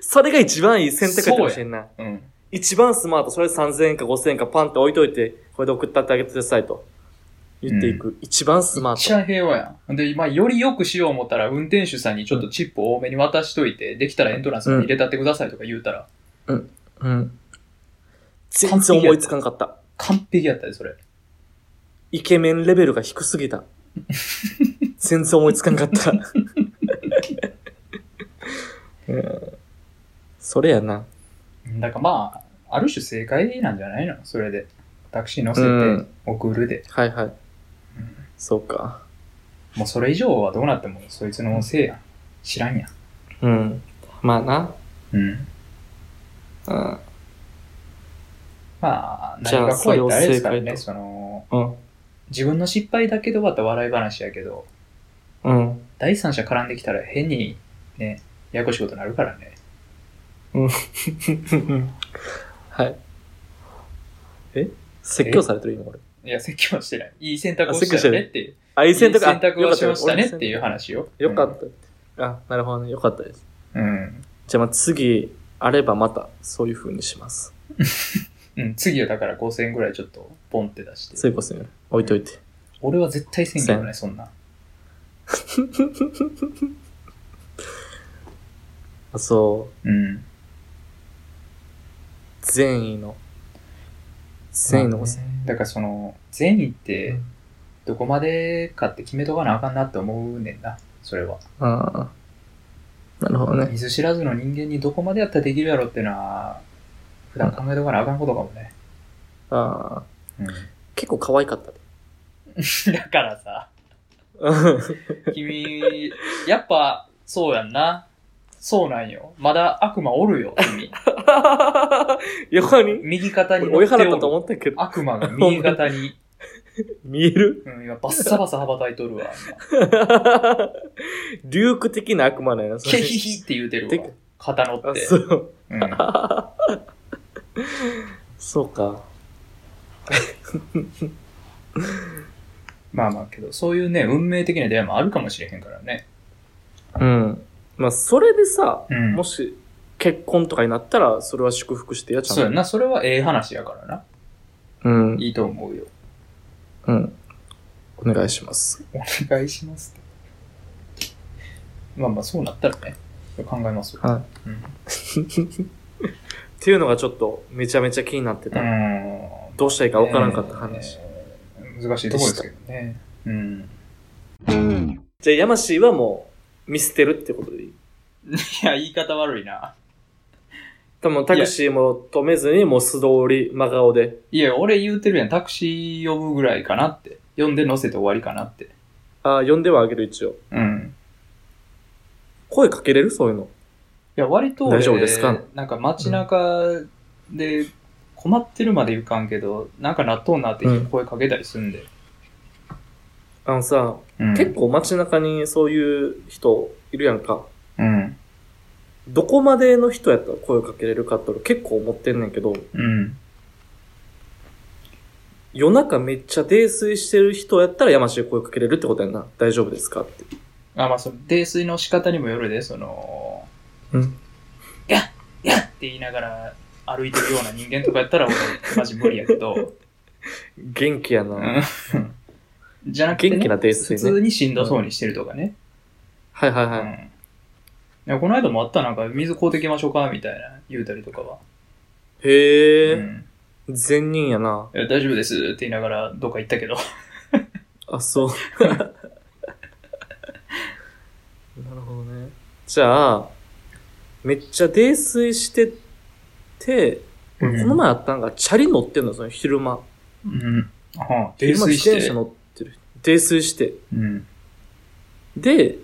Speaker 2: それが一番いい選択やったかもしれんな。
Speaker 1: うん。
Speaker 2: 一番スマート、それ3000円か5000円かパンって置いといて、これで送ったってあげてくださいと。言っていく。一番スマ
Speaker 1: めっち
Speaker 2: ート。
Speaker 1: ゃ平和やん。で、まあ、より良くしよう思ったら、運転手さんにちょっとチップ多めに渡しといて、できたらエントランスに入れたってくださいとか言うたら、
Speaker 2: うん。全然思いつかなかった。
Speaker 1: 完璧やったで、それ。
Speaker 2: イケメンレベルが低すぎた。全然思いつかなか った。うんそれやな。
Speaker 1: だからまあ、ある種正解なんじゃないのそれで。タクシー乗せ
Speaker 2: うん
Speaker 1: て、送るで。
Speaker 2: はいはい。そうか。
Speaker 1: もうそれ以上はどうなっても、そいつのせいやん。知らんやん。
Speaker 2: うん。まあな。
Speaker 1: う
Speaker 2: う
Speaker 1: ん。
Speaker 2: ん。
Speaker 1: まあ、
Speaker 2: じゃ
Speaker 1: 何
Speaker 2: あ
Speaker 1: が怖いってあれですから
Speaker 2: それを正解
Speaker 1: ね、
Speaker 2: と
Speaker 1: その、
Speaker 2: うん。
Speaker 1: 自分の失敗だけで終わった笑い話やけど、
Speaker 2: うん。
Speaker 1: 第三者絡んできたら変にね、ややこしいことになるからね。
Speaker 2: はい。え説教されてる今俺。
Speaker 1: いや、説教はしてない。いい選択を
Speaker 2: あ説
Speaker 1: し
Speaker 2: 教
Speaker 1: た
Speaker 2: して
Speaker 1: ね
Speaker 2: る
Speaker 1: っていう。
Speaker 2: あ、
Speaker 1: い
Speaker 2: い
Speaker 1: い
Speaker 2: い選
Speaker 1: 選
Speaker 2: 択
Speaker 1: 択
Speaker 2: あ
Speaker 1: をしましたね
Speaker 2: よ
Speaker 1: っ
Speaker 2: か
Speaker 1: ていう話よ。
Speaker 2: よかった。あ、なるほどね。よかったです。
Speaker 1: うん。うん。
Speaker 2: じゃあまあ次、あればまた、そういう風にします。
Speaker 1: うん、次はだから5000円ぐらいちょっとポンって出して。
Speaker 2: それこそ置いといて。
Speaker 1: 俺は絶対1000円ぐらい、そんな。
Speaker 2: あ、そう。
Speaker 1: うん。
Speaker 2: 善意の。善意の5000円。
Speaker 1: だからその、善意って
Speaker 2: うん
Speaker 1: どこまでかって決めとかなあかんなって思うねんな、それは。
Speaker 2: ああ。なるほどね。
Speaker 1: 水知らずの人間にどこまでやったらできるやろってのは、普段考えとかなあかんことかもね。
Speaker 2: ああ。
Speaker 1: うん。
Speaker 2: 結構可愛かったで。
Speaker 1: だからさ、君、やっぱ、そうやんな。そうなんよ。まだ悪魔おるよ、君。
Speaker 2: 横に
Speaker 1: 右肩に乗
Speaker 2: 追い
Speaker 1: ってお
Speaker 2: 払ったと
Speaker 1: る。
Speaker 2: 思ったけど、
Speaker 1: 悪魔が右肩に、
Speaker 2: 見える
Speaker 1: うん、今バッサバサ羽ばたいとるわ。
Speaker 2: 流ク的な悪魔なんやな、そ
Speaker 1: ヒ
Speaker 2: れ
Speaker 1: ヒヒって言うて
Speaker 2: て
Speaker 1: る
Speaker 2: か
Speaker 1: わ。肩乗
Speaker 2: あ
Speaker 1: って。
Speaker 2: そう。
Speaker 1: うん、
Speaker 2: そうか。
Speaker 1: まあまあけど、そういうね、運命的な出会いもあるかもしれへんからね。
Speaker 2: うん。まあ、それでさ、
Speaker 1: うん
Speaker 2: もし結婚とかになったら、それは祝福してやっちゃ
Speaker 1: そう
Speaker 2: う
Speaker 1: やんな、それはええ話やからな。
Speaker 2: うん。
Speaker 1: いいと思うよ。
Speaker 2: うん。お願いします。
Speaker 1: お願いしますってまあまあ、そうなったらね、考えますよ。
Speaker 2: は
Speaker 1: うん。
Speaker 2: い。っていうのがちょっとめちゃめちゃ気になってた。
Speaker 1: う
Speaker 2: どうしたらいいか
Speaker 1: ん。
Speaker 2: 分からんかった話。
Speaker 1: えー。難しいところですけどね。うん。
Speaker 2: じゃあ、山氏はもう見捨てるってことでいい
Speaker 1: いや、言い方悪いな。
Speaker 2: 多分タクシーも止めずにもう素通り真顔で。
Speaker 1: いや、俺言うてるやん。タクシー呼ぶぐらいかなって。呼んで乗せて終わりかなって。
Speaker 2: ああ、呼んではあげる一応。
Speaker 1: うん。
Speaker 2: 声かけれるそういうの。
Speaker 1: いや、割と俺
Speaker 2: 大丈夫ですか
Speaker 1: なんか街中で困ってるまでいかんけど、なんか納豆なって人声かけたりすんで。
Speaker 2: あのさ、
Speaker 1: うん
Speaker 2: 結構街中にそういう人いるやんか。
Speaker 1: うん。
Speaker 2: どこまでの人やったら声かけれるかって俺結構思ってんねんけど、
Speaker 1: うん。
Speaker 2: 夜中めっちゃ泥酔してる人やったら山氏に声かけれるってことやんな。大丈夫ですかって。
Speaker 1: あ、まあ、その、泥酔の仕方にもよるで、その、
Speaker 2: うん。
Speaker 1: やっって言いながら歩いてるような人間とかやったら、俺、マジ無理やけど、
Speaker 2: 元気やな。
Speaker 1: うんじゃなくて、ね、
Speaker 2: 元気な泥酔
Speaker 1: 普
Speaker 2: ね。
Speaker 1: 通にしんどそうにしてるとかね。
Speaker 2: はいはいうは
Speaker 1: ん。
Speaker 2: い。
Speaker 1: いやこの間もあった、なんか、水買うてきましょうか、みたいな、言うたりとかは。
Speaker 2: へえ、
Speaker 1: うん
Speaker 2: 善人やな。
Speaker 1: いや大丈夫ですって言いながら、どっか行ったけど。
Speaker 2: あ、 そう。なるほどね。じゃあ、めっちゃ泥酔してて、
Speaker 1: うん
Speaker 2: この前あったんが、チャリ乗ってんの、その昼間。
Speaker 1: うん。はあ、泥
Speaker 2: 昼間
Speaker 1: 酔
Speaker 2: 自
Speaker 1: して。
Speaker 2: 転車乗ってる。泥酔して。
Speaker 1: うん。
Speaker 2: で、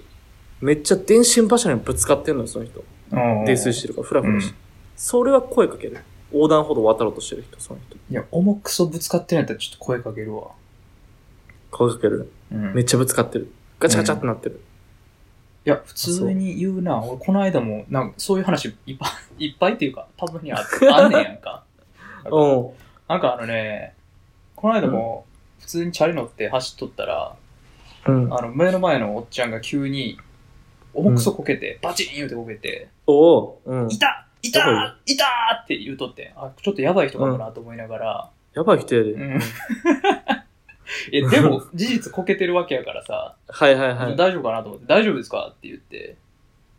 Speaker 2: めっちゃ電信柱にぶつかってんのよ、その人。泥
Speaker 1: 泥
Speaker 2: 酔してるから、フラフ
Speaker 1: うん
Speaker 2: ラして。それは声かける。横断歩道渡ろうとしてる人、その人。
Speaker 1: いや、重くそぶつかってないやったらちょっと声かけるわ。
Speaker 2: 声かける。
Speaker 1: うん
Speaker 2: め
Speaker 1: い
Speaker 2: っちゃぶつかってる。ガチャガチャってなってる。
Speaker 1: や、普通に言うな。俺、この間も、なんか、そういう話いっぱい、いっぱいっていうか、たまにあ あんねんやんか。
Speaker 2: うん。
Speaker 1: なんかあのね、この間も、普通にチャリ乗って走っとったら、
Speaker 2: うん。
Speaker 1: あの、目の前のおっちゃんが急に、重くそこけて、バチン言うてこけて、
Speaker 2: おおう、うん
Speaker 1: い。たい
Speaker 2: やばいよ
Speaker 1: たいたって言うとってん、あ、ちょっとやばい人かもなと思いながら、
Speaker 2: やばい人やで。
Speaker 1: うん。いや、で も、事実こけてるわけやからさ、
Speaker 2: はいはいはい。
Speaker 1: 大丈夫かなと思って、大丈夫ですかって言って、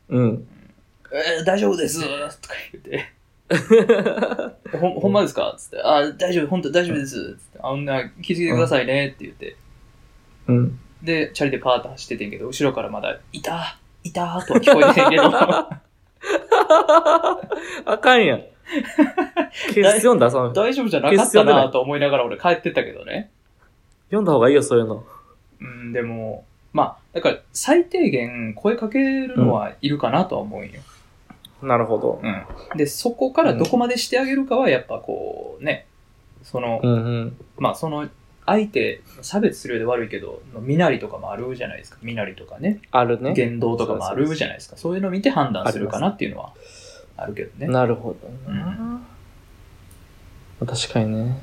Speaker 2: うん。
Speaker 1: えー大丈夫ですとか言って、ほんほんまですかつって、あー、大丈夫、本当大丈夫ですつって、あんな気づいてくださいねって言って、
Speaker 2: うん。
Speaker 1: で、チャリでパーッと走っててんけど、後ろからまだ、いたいたとは聞こえてんけど、
Speaker 2: あかんやん。ケース読んだその人。
Speaker 1: 大丈夫じゃなかったなと思いながら俺帰ってったけどね。
Speaker 2: 読んだ方がいいよ、そういうの。
Speaker 1: うん、でも、まあ、だから最低限声かけるのはいるかなとは思うんよ。
Speaker 2: なるほど。
Speaker 1: で、そこからどこまでしてあげるかは、やっぱこうね、その、
Speaker 2: うんうん。
Speaker 1: まあその、相手、差別するようで悪いけど、身なりとかもあるじゃないですか。身なりとかね。
Speaker 2: あるね。
Speaker 1: 言動とかもあるじゃないですか。そういうのを見て判断するかなっていうのはあるけどね。
Speaker 2: なるほどな。確かにね。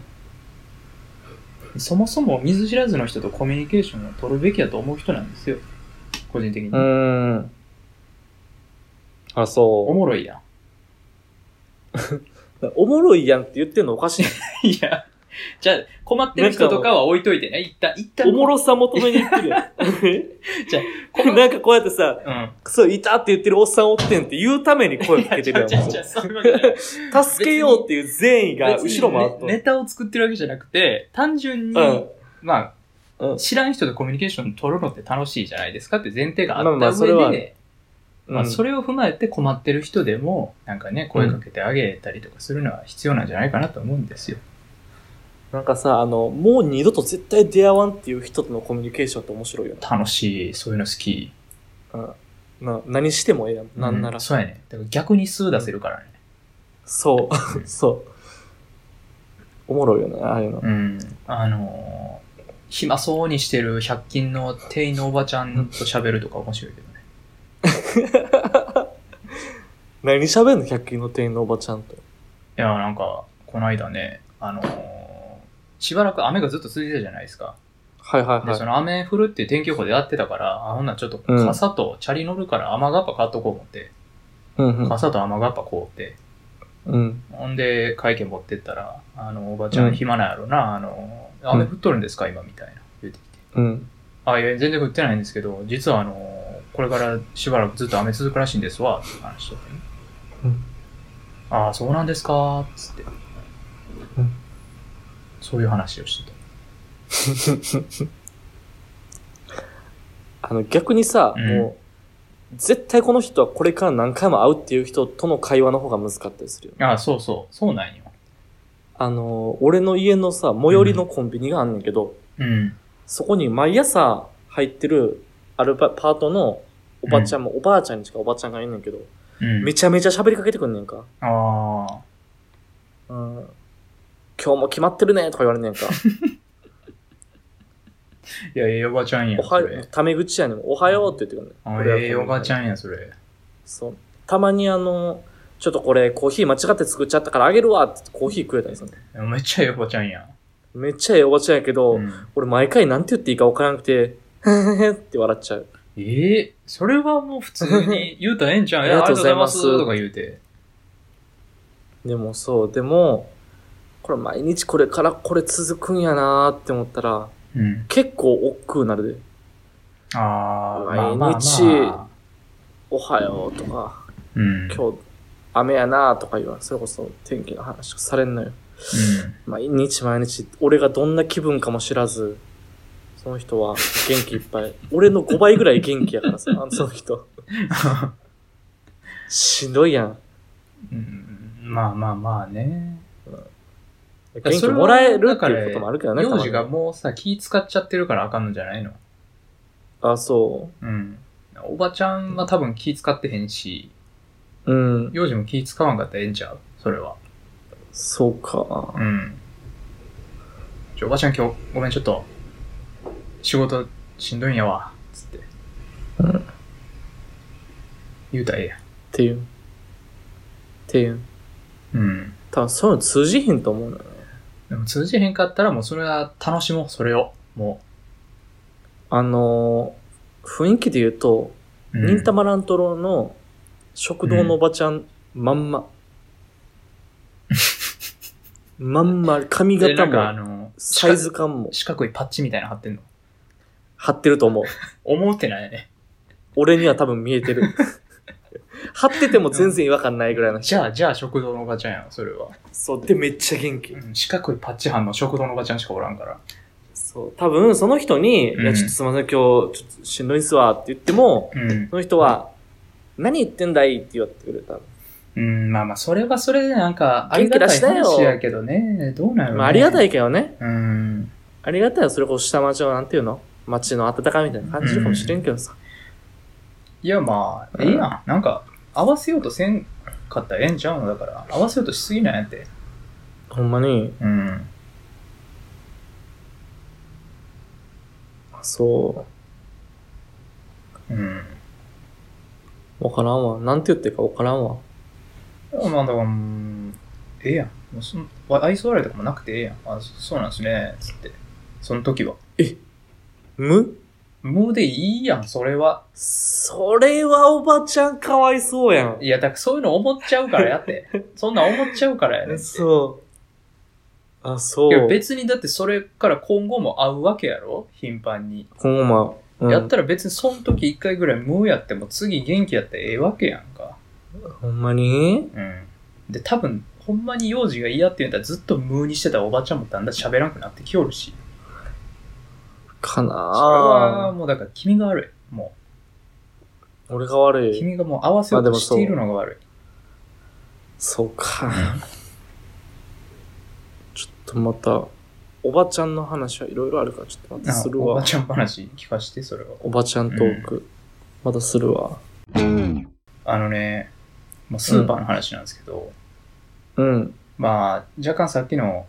Speaker 1: そもそも見ず知らずの人とコミュニケーションを取るべきだと思う人なんですよ。個人的に。
Speaker 2: うーん。あ、
Speaker 1: お
Speaker 2: そ
Speaker 1: もろいやん。
Speaker 2: おもろいやんって言ってんのおか しい。
Speaker 1: いや、じゃあ、困ってる人とかは置いといてね。一旦、一旦。
Speaker 2: おもろさ求めに行ってるや ん。
Speaker 1: じゃあ
Speaker 2: あ、なんかこうやってさ、
Speaker 1: うん。
Speaker 2: クソ、いたって言ってるおっさんおってんって言うために声かけて るやん。
Speaker 1: じゃあ、じゃあ、そういうわけじゃない
Speaker 2: もう助けようっていう善意が後ろもあっ
Speaker 1: 別
Speaker 2: と
Speaker 1: にねネタを作ってるわけじゃなくて、単純に、
Speaker 2: うん。
Speaker 1: まあ、
Speaker 2: うん
Speaker 1: 知らん人とコミュニケーション取るのって楽しいじゃないですかって前提があった上で、
Speaker 2: まあまあそれは
Speaker 1: まあ、そ
Speaker 2: れ、
Speaker 1: れを踏まえて困ってる人でも、なんかね、声かけてあげたりとかするのは必要なんじゃないかなと思うんですよ。
Speaker 2: なんかさ、あの、もう二度と絶対出会わんっていう人とのコミュニケーションって面白いよ
Speaker 1: 楽しい、そういうの好き。
Speaker 2: な。な何してもええやん。なんなら。
Speaker 1: うそうやね。だから逆に数出せるからね。
Speaker 2: そうう、 そう。おもろいよね、ああいうの。
Speaker 1: うん。あのー暇そうにしてる100均の店員のおばちゃんと喋るとか面白いけどね。
Speaker 2: 何喋んの ?100 均の店員のおばちゃんと。
Speaker 1: いや、なんか、この間ね、あのーしばらく雨がずっと続いてたじゃないですか。
Speaker 2: はいはい
Speaker 1: で、
Speaker 2: は
Speaker 1: そ
Speaker 2: い。
Speaker 1: の雨降るっていう天気予報でやってたから、あ、ほんならちょっと
Speaker 2: うん
Speaker 1: 傘とチャリ乗るから雨がっぱ買っとこう思って、
Speaker 2: うんうん。
Speaker 1: 傘と雨がっぱこうって。
Speaker 2: うん。
Speaker 1: ほんで、会計持ってったら、あの、おばちゃ
Speaker 2: うんん
Speaker 1: 暇なんやろな、あの、雨降っとるんですか、今、みたいな。言ってきて。
Speaker 2: うん。
Speaker 1: あ、いや、全然降ってないんですけど、実はあの、これからしばらくずっと雨続くらしいんですわ、って話しとってね。
Speaker 2: うん
Speaker 1: ああ、そうなんですか、つって。
Speaker 2: うん
Speaker 1: そういう話をして
Speaker 2: あの、逆にさ、
Speaker 1: うん
Speaker 2: もう、絶対この人はこれから何回も会うっていう人との会話の方が難かったりするよね。
Speaker 1: た。ああ、そうそう、そうなんよ。
Speaker 2: あの、俺の家のさ、最寄りのコンビニがあんねんけど、
Speaker 1: うん。
Speaker 2: そこに毎朝入ってるアルバパートのおばちゃんも、おばあちゃんにしかおばちゃんがいんねんけど、
Speaker 1: うん。
Speaker 2: めちゃめちゃ喋りかけてくんねんか。
Speaker 1: あ
Speaker 2: う
Speaker 1: あ。
Speaker 2: ん今日も決まってるねとか言われんねんか。
Speaker 1: いや、ええおばちゃんや
Speaker 2: お
Speaker 1: ん、
Speaker 2: は
Speaker 1: そ
Speaker 2: よう
Speaker 1: れ。、
Speaker 2: タメ口やねん。おはようって言ってく
Speaker 1: あ
Speaker 2: んねん。
Speaker 1: ええおばちゃ
Speaker 2: ん。
Speaker 1: んやん、それ。
Speaker 2: そう。たまにあの、ちょっとこれコーヒー間違って作っちゃったからあげるわって言ってコーヒーくれたんですよ。
Speaker 1: めっちゃええおばちゃんやん。
Speaker 2: めっちゃええおばちゃんやけど、
Speaker 1: うん
Speaker 2: 俺毎回なんて言っていいかわからなくて、へへへって笑っちゃう。
Speaker 1: ええそれはもう普通 に言うたらええんちゃう
Speaker 2: ありがとうございます
Speaker 1: ありがとうございますとか言うて。
Speaker 2: でもそう、でも、これ毎日これからこれ続くんやなーって思ったら、
Speaker 1: うん。
Speaker 2: 結構億劫になるで。
Speaker 1: ああ、
Speaker 2: 毎
Speaker 1: まあまあまあ
Speaker 2: 日。おはようとか。
Speaker 1: うん。
Speaker 2: 今日雨やなとか言わんそれこそ天気の話とかされんのよ毎日毎日俺がどんな気分かも知らずその人は元気いっぱい俺の5倍ぐらい元気や からさあのその人しんどいやん
Speaker 1: うんうん。まあまあまあね。
Speaker 2: 元気もらえるっていうこともあるけどね
Speaker 1: 幼児が
Speaker 2: たま
Speaker 1: もうさ、気使っちゃってるからあかんのじゃないの
Speaker 2: にあそ
Speaker 1: うん。おばちゃんは多分気使ってへんし、
Speaker 2: ううん
Speaker 1: 幼児も気使わんかったらええんちゃうそれは。
Speaker 2: そうか
Speaker 1: うん。ちょ、おばちゃん今日、ごめん、ちょっと、仕事しんどいんやわ、つって。
Speaker 2: うん
Speaker 1: 言うたらええや。
Speaker 2: っていうっていうん
Speaker 1: うん。
Speaker 2: 多分そういうの通じひんと思うのよね
Speaker 1: でも通じへんかったらもうそれは楽しもう、それを。も
Speaker 2: あのー雰囲気で言うと
Speaker 1: う。うん
Speaker 2: 忍たま乱太郎の食堂のおばちゃん、まん ま。まんま、髪
Speaker 1: でな
Speaker 2: 型
Speaker 1: んかあ
Speaker 2: も、
Speaker 1: の、
Speaker 2: サイズ感も、
Speaker 1: 四角いパッチみたいなの貼ってんの。
Speaker 2: 貼ってると思う。
Speaker 1: 思ってないね。
Speaker 2: 俺には多分見え てる。貼ってても全然違和感ないぐらいの。
Speaker 1: じゃあ、じゃあ食堂のおばちゃんやん、それは。
Speaker 2: そう、で、めっちゃ元気。
Speaker 1: 四角いパッチ班の食堂のおばちゃんしかおらんから。
Speaker 2: そう、多分その人に、
Speaker 1: うん
Speaker 2: いや、ちょっとすみません、今日、ちょっとしんどいっすわって言っても、
Speaker 1: うん。
Speaker 2: その人は、何言ってんだいって言われてくれた。
Speaker 1: うん、まあまあ、それはそれでなんか、あり
Speaker 2: 元気出
Speaker 1: がたい
Speaker 2: したよ
Speaker 1: 話やけどね。どうなるの、
Speaker 2: まあ、ありがた
Speaker 1: い。
Speaker 2: いけどね。
Speaker 1: うん。
Speaker 2: ありがたいよ、それこそ下町のなんていうの町の温かみみたいな感じるかもしれんけどさ。
Speaker 1: いや、まあ、
Speaker 2: うん
Speaker 1: ええやん。なんか、合わせようとせんかったらええんちゃうのだから。合わせようとしすぎなんやって。
Speaker 2: ほんまに、
Speaker 1: うん。
Speaker 2: そ
Speaker 1: うん。
Speaker 2: う、わからんわ。なんて言ってるかわからんわ。
Speaker 1: まあ、だから、うんええやん。もうそん愛想笑いとかもなくてええやん。あ、そそうなんですね。つって。その時は。
Speaker 2: 無
Speaker 1: 無でいいやん、それは。
Speaker 2: それはおばちゃんかわいそうやん。
Speaker 1: いや、だからそういうの思っちゃうからや って。そんなん思っちゃうからやねんって。
Speaker 2: そう。あ、そ
Speaker 1: いや
Speaker 2: う。
Speaker 1: 別にだってそれから今後も会うわけやろ頻繁に。
Speaker 2: ほんま。うん、
Speaker 1: やったら別にその時一回ぐらい無やっても次元気やってええわけやんか。
Speaker 2: ほんまに
Speaker 1: うん。で、多分、ほんまに幼児が嫌って言うんだったらずっと無にしてたおばちゃんもだんだん喋らんくなってきおるし。
Speaker 2: か
Speaker 1: それは
Speaker 2: なあ
Speaker 1: もうだから君が悪い。も
Speaker 2: 俺が悪
Speaker 1: う、
Speaker 2: い。
Speaker 1: 君がもう合わせよう
Speaker 2: まあで
Speaker 1: と
Speaker 2: も
Speaker 1: し
Speaker 2: そう
Speaker 1: ているのが悪
Speaker 2: そうか。ちょっとまた、おばちゃんの話はいろいろあるから、ちょっとま
Speaker 1: い。
Speaker 2: たする
Speaker 1: あおば
Speaker 2: わ。
Speaker 1: ちゃん話聞かして、それは。
Speaker 2: おばちゃんトーク。またするわ。
Speaker 1: あのね、まあ、スーパーの話なんですけど、
Speaker 2: うん。
Speaker 1: まあ、若干さっきの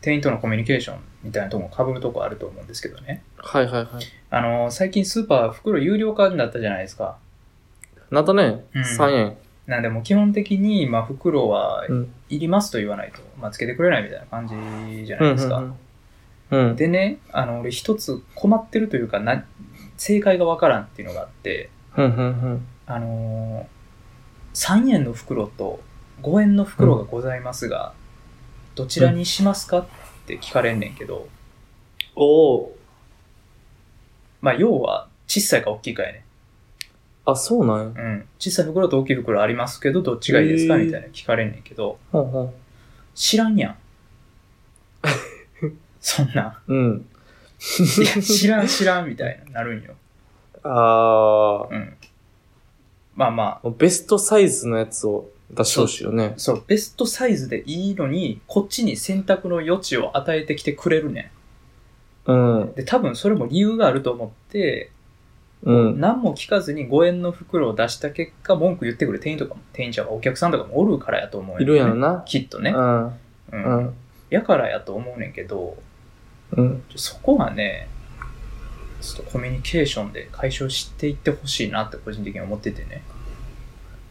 Speaker 1: 店員とのコミュニケーションみたいなとこもかぶるとこあると思うんですけどね。
Speaker 2: はいはいはい。
Speaker 1: あの、最近スーパー袋有料化になったじゃないですか。
Speaker 2: なたね、
Speaker 1: うん
Speaker 2: 3円。
Speaker 1: なんでもう基本的に、まあ、袋は
Speaker 2: うん。
Speaker 1: いりますと言わないと、まあ、つけてくれないみたいな感じじゃないですか。
Speaker 2: うんうんうん。
Speaker 1: でね、あの、俺一つ困ってるというか、な正解がわからんっていうのがあって、
Speaker 2: うんうん
Speaker 1: あのー、3円の袋と5円の袋がございますが、どちらにしますかって聞かれんねんけど、
Speaker 2: おお
Speaker 1: まあ、要は、小さいか大きいかやね。
Speaker 2: ー。あ、そうなん
Speaker 1: う
Speaker 2: や。
Speaker 1: ん。小さい袋と大きい袋ありますけど、どっちがいいですか
Speaker 2: へー
Speaker 1: みたいな聞かれんねんけど、
Speaker 2: ほんほん。
Speaker 1: 知ら んやん。そんな。
Speaker 2: うん。
Speaker 1: いや、知らん知らんみたいな、なるんよ。
Speaker 2: あ
Speaker 1: うん。まあま
Speaker 2: ー。ベストサイズのやつを出してほしいよね
Speaker 1: あ、。そう、ベストサイズでいいのに、こっちに選択の余地を与えてきてくれるね
Speaker 2: うん
Speaker 1: ん。。で、多分それも理由があると思って、
Speaker 2: うん。
Speaker 1: 何も聞かずに5円の袋を出した結果、文句言ってくる店員とかも、店員ちゃんはお客さんとかもおるからやと思うよ、ね。
Speaker 2: いるやろな。
Speaker 1: きっと
Speaker 2: う
Speaker 1: ね。
Speaker 2: ん。
Speaker 1: う。
Speaker 2: うんん。
Speaker 1: やからやと思うねんけど、
Speaker 2: うん。
Speaker 1: ちょそこはね、ちょっとコミュニケーションで解消していってほしいなって個人的に思っててね。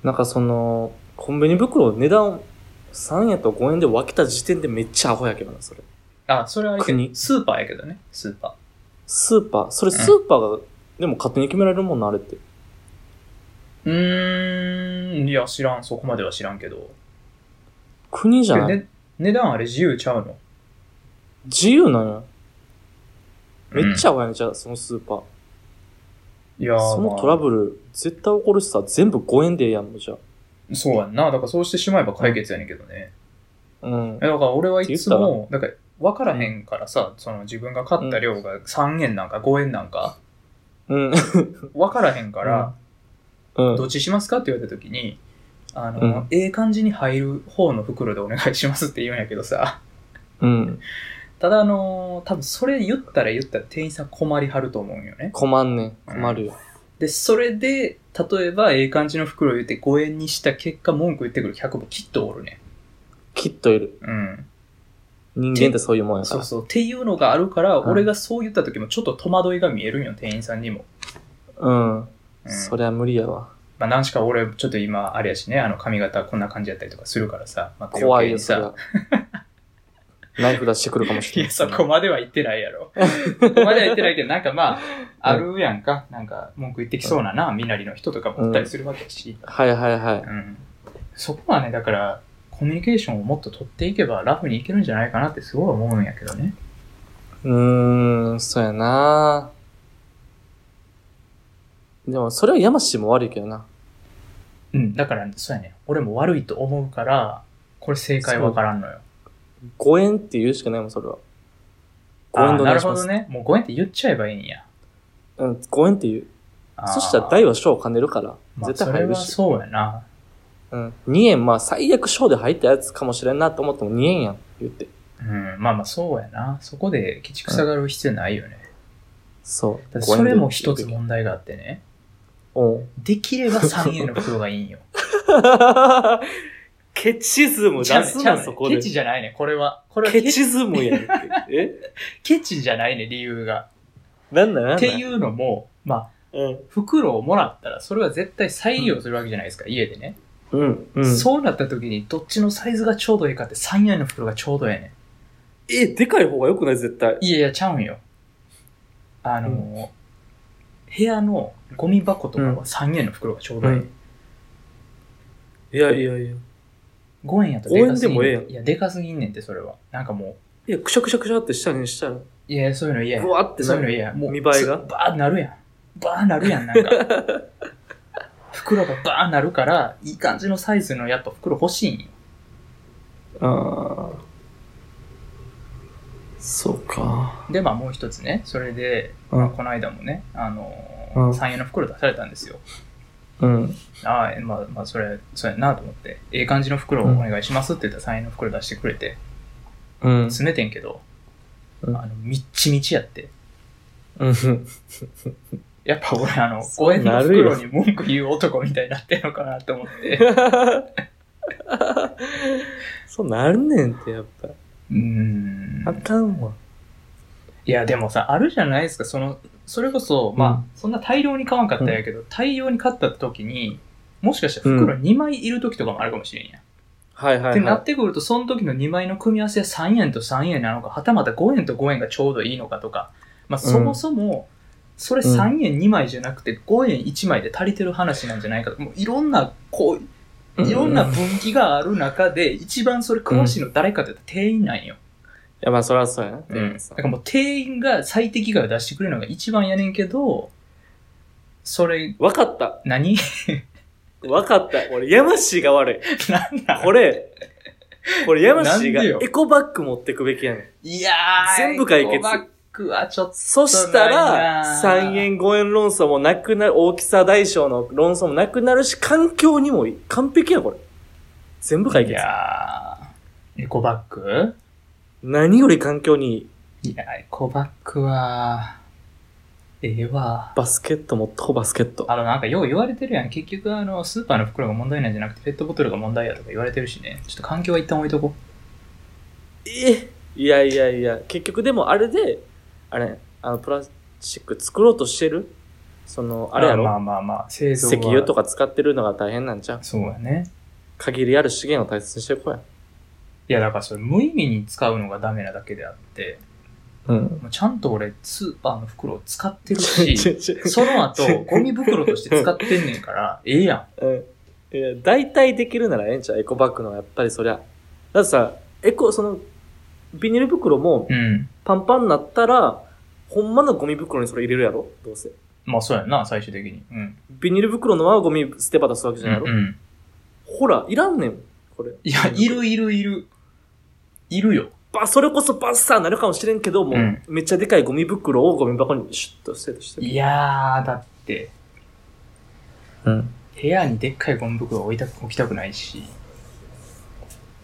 Speaker 2: なんかその、コンビニ袋値段3円と5円で分けた時点でめっちゃアホやけどな、それ。
Speaker 1: あ、それはあれけど
Speaker 2: 国
Speaker 1: スーパーやけどね、スーパ
Speaker 2: スーパー、それスーパーが、でも勝手に決められるもんな、あれって。
Speaker 1: ー。うーん、いや、知らん、そこまでは知らんけど。
Speaker 2: 国じゃない、
Speaker 1: ね、値段あれ自由ちゃうの
Speaker 2: 自由なんや。めっち
Speaker 1: ゃ、
Speaker 2: ゃアホやね、じゃあ、そのスーパー。
Speaker 1: いやー
Speaker 2: そのトラ
Speaker 1: ま
Speaker 2: ブル、絶対起こるしさ、全部5円でええやんもう、じゃ
Speaker 1: あそうやんな。だからそうしてしまえば解決やねんけどね。
Speaker 2: あ。うん。
Speaker 1: だから俺はいつも、だから分からへんからさ、その自分が買った量が3円なんか5円なんか、
Speaker 2: うん。
Speaker 1: 分からへんから、
Speaker 2: うん。
Speaker 1: どっちしますかって言われた時に、あの、
Speaker 2: うん
Speaker 1: ええ感じに入る方の袋でお願いしますって言うんやけどさ、
Speaker 2: うん。
Speaker 1: ただあのー多分それ言ったら言ったら店員さん困りはると思うんよね。
Speaker 2: 困んねん。困るよ。
Speaker 1: で、それで、例えばええ感じの袋を言って5円にした結果文句言ってくる100もきっとおるね。
Speaker 2: きっといる。
Speaker 1: うん。
Speaker 2: 人間ってそういうもんやか
Speaker 1: そ
Speaker 2: ら
Speaker 1: う。そう。っていうのがあるから、
Speaker 2: うん
Speaker 1: 俺がそう言った時もちょっと戸惑いが見えるんよ、店員さんにも。
Speaker 2: うん。
Speaker 1: うん、
Speaker 2: そりゃ無理やわ。
Speaker 1: まあ、なんしか俺、ちょっと今、あれやしね、あの髪型こんな感じやったりとかするからさ、まあ、
Speaker 2: 怖いよ、
Speaker 1: 余計に
Speaker 2: そ
Speaker 1: さ
Speaker 2: りゃ。ナイフ出してくるかもし
Speaker 1: い
Speaker 2: れな
Speaker 1: や、
Speaker 2: い。
Speaker 1: そこまでは言ってないやろ。 そこまでは言ってないけど、なんかまあ、あるやんか。なんか、文句言ってきそうなな、身なりの人とかもおったりするわけやし。
Speaker 2: はいはいはい。
Speaker 1: うん。そこはね、だから、コミュニケーションをもっと取っていけば、ラフにいけるんじゃないかなってすごい思うんやけどね。
Speaker 2: うーん、そうやなでも、それは山氏も悪いけどな。
Speaker 1: うん。だから、そうやね。俺も悪いと思うから、これ正解わからんのよ。
Speaker 2: 5円って言うしかないもん、それは。5
Speaker 1: あ
Speaker 2: 円
Speaker 1: ー
Speaker 2: でお
Speaker 1: な
Speaker 2: 願い
Speaker 1: る
Speaker 2: し
Speaker 1: ほ
Speaker 2: ま
Speaker 1: ど
Speaker 2: す。
Speaker 1: ね。もうご縁って言っちゃえばいいんや。
Speaker 2: うん、5円って言う。
Speaker 1: あー
Speaker 2: そしたら大は小を兼ねるから、
Speaker 1: まあ
Speaker 2: 絶対入るし。
Speaker 1: それはそうやな。
Speaker 2: うん。2円、まあ、最悪小で入ったやつかもしれんなと思っても2円やん、言って。
Speaker 1: うん。まあまあ、そうやな。そこで、ケチくさがる必要ないよね。
Speaker 2: そう。
Speaker 1: ただ
Speaker 2: 五円
Speaker 1: そ
Speaker 2: で
Speaker 1: れも一つ。問題があってね。
Speaker 2: うん。
Speaker 1: できれば3円の袋がいいんよ。
Speaker 2: ケチズム
Speaker 1: ちゃ
Speaker 2: 出
Speaker 1: うね
Speaker 2: す
Speaker 1: ちゃう
Speaker 2: な、
Speaker 1: ね
Speaker 2: そこ
Speaker 1: ケ
Speaker 2: で。
Speaker 1: チじゃないね、これは。これはケ
Speaker 2: ケ
Speaker 1: チ
Speaker 2: チズムやんけ。え
Speaker 1: ケチじゃないね、理由が。
Speaker 2: なんなんなんなん
Speaker 1: っていうのも、まあ、
Speaker 2: う
Speaker 1: 袋をもらったら、それは絶対再利用するわけじゃないですか、家でね、
Speaker 2: ん。うん。うん。
Speaker 1: そうなった時に、どっちのサイズがちょうどいいかって3円の袋がちょうどええね
Speaker 2: え、でかい方が良くない絶対。
Speaker 1: ん。いやいや、ちゃうんよ。あのー部屋のゴミ箱とか
Speaker 2: うん
Speaker 1: は3円の袋がちょうどいい。
Speaker 2: うんいやいやいや。
Speaker 1: 5円やったらでかすぎん
Speaker 2: 公園でもええ
Speaker 1: ね
Speaker 2: やん
Speaker 1: ん。いや、でかすぎんねんって、それは。なんかも
Speaker 2: いや、くしゃくしゃくしゃって下にしたら、
Speaker 1: う、いや、そういうの嫌や
Speaker 2: ふ。わって
Speaker 1: そ
Speaker 2: な
Speaker 1: ういうの
Speaker 2: る。
Speaker 1: 嫌や。もう、
Speaker 2: 見栄えが
Speaker 1: つバーってなるやん。バーなるや ん、なんか。袋がバーなるから、いい感じのサイズのやっぱ袋欲しいんよ。
Speaker 2: ああ。そうか。
Speaker 1: で、まあもう一つね、それで、
Speaker 2: う
Speaker 1: まあ
Speaker 2: ん。
Speaker 1: この間もね、あのー
Speaker 2: うん
Speaker 1: 3円の袋出されたんですよ。
Speaker 2: うん。
Speaker 1: ああ、えまあ、まあ、それ、そうやなと思って、ええ感じの袋をお願いしますって言ったら3円の袋出してくれて、
Speaker 2: うん。
Speaker 1: 詰めてんけど、
Speaker 2: うん
Speaker 1: あの、みっちみちやって。
Speaker 2: うん。
Speaker 1: やっぱ俺、あの、
Speaker 2: そ
Speaker 1: 5
Speaker 2: う
Speaker 1: 円の
Speaker 2: なるよ
Speaker 1: 袋に文句言う男みたいになってんのかなと思って。
Speaker 2: そうなるねんって、やっぱ。
Speaker 1: うーん。
Speaker 2: あかんわ。
Speaker 1: いや、でもさ、あるじゃないですか、その、それこそ、まあ、そんな大量に買わんかったんやけど、大量に買った時に、もしかしたら袋2枚いる時とかもあるかもしれんや。
Speaker 2: はいは
Speaker 1: って
Speaker 2: い
Speaker 1: な
Speaker 2: は
Speaker 1: ってくると、その時の2枚の組み合わせは3円と3円なのか、はたまた5円と5円がちょうどいいのかとか、まあ、そもそも、それ3円2枚じゃなくて5円1枚で足りてる話なんじゃないかともういろんな、こう、
Speaker 2: い。
Speaker 1: いろんな分岐がある中で、一番それ詳しいの誰かって言ったら店員なんよ。
Speaker 2: いや、まあ、そらそうやな。
Speaker 1: うん。だからもう店員が最適解を出してくれるのが一番やねんけど、それ、
Speaker 2: わかった。
Speaker 1: 何
Speaker 2: わかった。俺、ヤマシーが悪い。
Speaker 1: なんなん
Speaker 2: これ、これ、ヤマシー
Speaker 1: なんでよ
Speaker 2: がエコバッグ持ってくべきやねん。
Speaker 1: いやー、
Speaker 2: 全部解決
Speaker 1: エコバッグはちょっと、
Speaker 2: そした
Speaker 1: そう
Speaker 2: ら、
Speaker 1: なんや
Speaker 2: 3円5円論争もなくなる、大きさ大小の論争もなくなるし、環境にもいい完璧や、これ。全部解
Speaker 1: い
Speaker 2: 決。
Speaker 1: やー、エコバッグ
Speaker 2: 何より環境にいい。
Speaker 1: いやー、エコバッグは、ええわ。
Speaker 2: バスケット持っとこう、バスケット。
Speaker 1: あの、なんかよう言われてるやん。結局、あの、スーパーの袋が問題なんじゃなくて、ペットボトルが問題やとか言われてるしね。ちょっと環境は一旦置いとこ
Speaker 2: えいやいやいや、結局でもあれで、あれ、あの、プラスチック作ろうとしてるその、
Speaker 1: う。
Speaker 2: あれやろ、
Speaker 1: まあまあまあ、製造は
Speaker 2: 石油とか使ってるのが大変なんじゃう
Speaker 1: そうやね。
Speaker 2: 限りある資源を大切にしていこうや。
Speaker 1: いや、だからそれ無意味に使うのがダメなだけであって、
Speaker 2: うん。
Speaker 1: もうちゃんと俺、スーパーの袋を使ってる
Speaker 2: ち
Speaker 1: し、
Speaker 2: ょちょ
Speaker 1: その後、ゴミ袋として使ってんねんから、ええや
Speaker 2: うんいや、大体できるならええんちゃうエコバッグのはやっぱりそりゃ。だってさ、エコ、その、ビニール袋も
Speaker 1: ん。うん。
Speaker 2: パンパンになったら、ほんまのゴミ袋にそれ入れるやろどうせ。
Speaker 1: まあそうやんな、最終的に。うん。
Speaker 2: ビニール袋のままゴミ捨て場出すわけじゃないやろ、
Speaker 1: うん。
Speaker 2: ほら、いらんねん。これ。
Speaker 1: いや、いるいるいる。いるよ。
Speaker 2: ば、それこそバッサーなるかもしれんけど、もう、
Speaker 1: うん
Speaker 2: めっちゃでかいゴミ袋をゴミ箱にシュッと捨てとして。
Speaker 1: いやー、だって、
Speaker 2: うん。
Speaker 1: 部屋にでっかいゴミ袋置いた置きたくないし。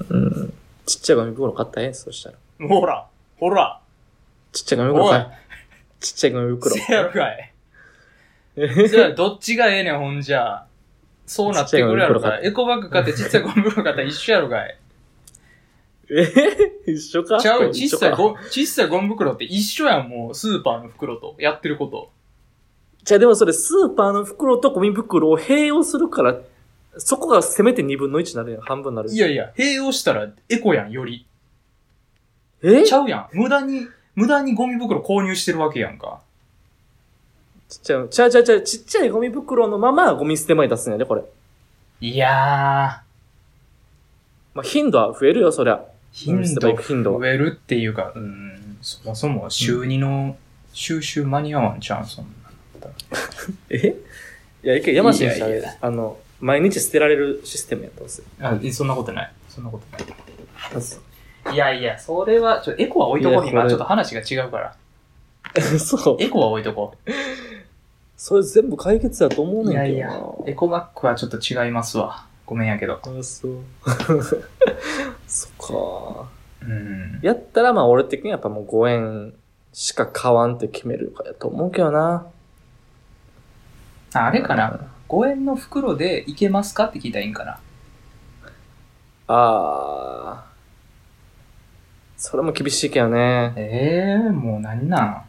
Speaker 2: うん。ちっちゃいゴミ袋買ったらええんそしたら。
Speaker 1: ほらほら
Speaker 2: ちっちゃいゴミ袋
Speaker 1: おい
Speaker 2: 買え。ちっちゃいゴミ袋。
Speaker 1: せやろかい。 じゃあ、どっちがええねん、ほんじゃ。そうなってくるやろ
Speaker 2: ちっちゃいゴミ袋
Speaker 1: か
Speaker 2: 買っ
Speaker 1: い。エコバッグ買ってちっちゃいゴミ袋買ったら一緒やろかい。
Speaker 2: え一緒か
Speaker 1: ちゃう、
Speaker 2: 一
Speaker 1: 小
Speaker 2: 緒
Speaker 1: さい
Speaker 2: か
Speaker 1: ゴ、小さいゴミ袋って一緒やん、もう、スーパーの袋と、やってること。
Speaker 2: じゃあでもそれスーパーの袋とゴミ袋を併用するから、そこがせめて2分の1になるよ。半分になるよ。
Speaker 1: いやいや、併用したらエコやん、より。
Speaker 2: え
Speaker 1: ち
Speaker 2: ちっ
Speaker 1: ゃうやん。無駄に、無駄にゴミ袋購入してるわけやんか。
Speaker 2: ちゃい、ちゃうちゃうちゃう、ちっちゃいゴミ袋のままゴミ捨て場に出すんやで、これ。
Speaker 1: いや
Speaker 2: まあ、頻度は増えるよ、そりゃ。
Speaker 1: ー、頻
Speaker 2: 捨て場行
Speaker 1: 度
Speaker 2: く頻度は
Speaker 1: 増えるっていうか、うん、そもそも週2の収集間に合わんちゃうん、そんな。
Speaker 2: えいや、一回山下にした
Speaker 1: いやいや
Speaker 2: ら、あの、毎日捨てられるシステムやったんですよ。
Speaker 1: あ、えそんなことない。そんなことない。いやいや、それは、ちょ、エコは置いと
Speaker 2: いう
Speaker 1: こ、
Speaker 2: やこ
Speaker 1: 今。
Speaker 2: れ
Speaker 1: ちょっと話が違うから。
Speaker 2: そう。
Speaker 1: エコは置いとこ
Speaker 2: それ全部解決だと思う
Speaker 1: う。
Speaker 2: ね
Speaker 1: い
Speaker 2: ん
Speaker 1: や
Speaker 2: け
Speaker 1: い
Speaker 2: ど
Speaker 1: や
Speaker 2: な。、
Speaker 1: エコバッグはちょっと違いますわ。ごめんやけど。
Speaker 2: あ、そう。 そっか。
Speaker 1: うん。
Speaker 2: やったら、まあ、俺的にはやっぱもう5円しか買わんって決めるかやと思うけどな。
Speaker 1: ああれかな。5円の袋でいけますかって聞いたらいいんかな。
Speaker 2: あー。それも厳しいけどね。
Speaker 1: ええもう何なん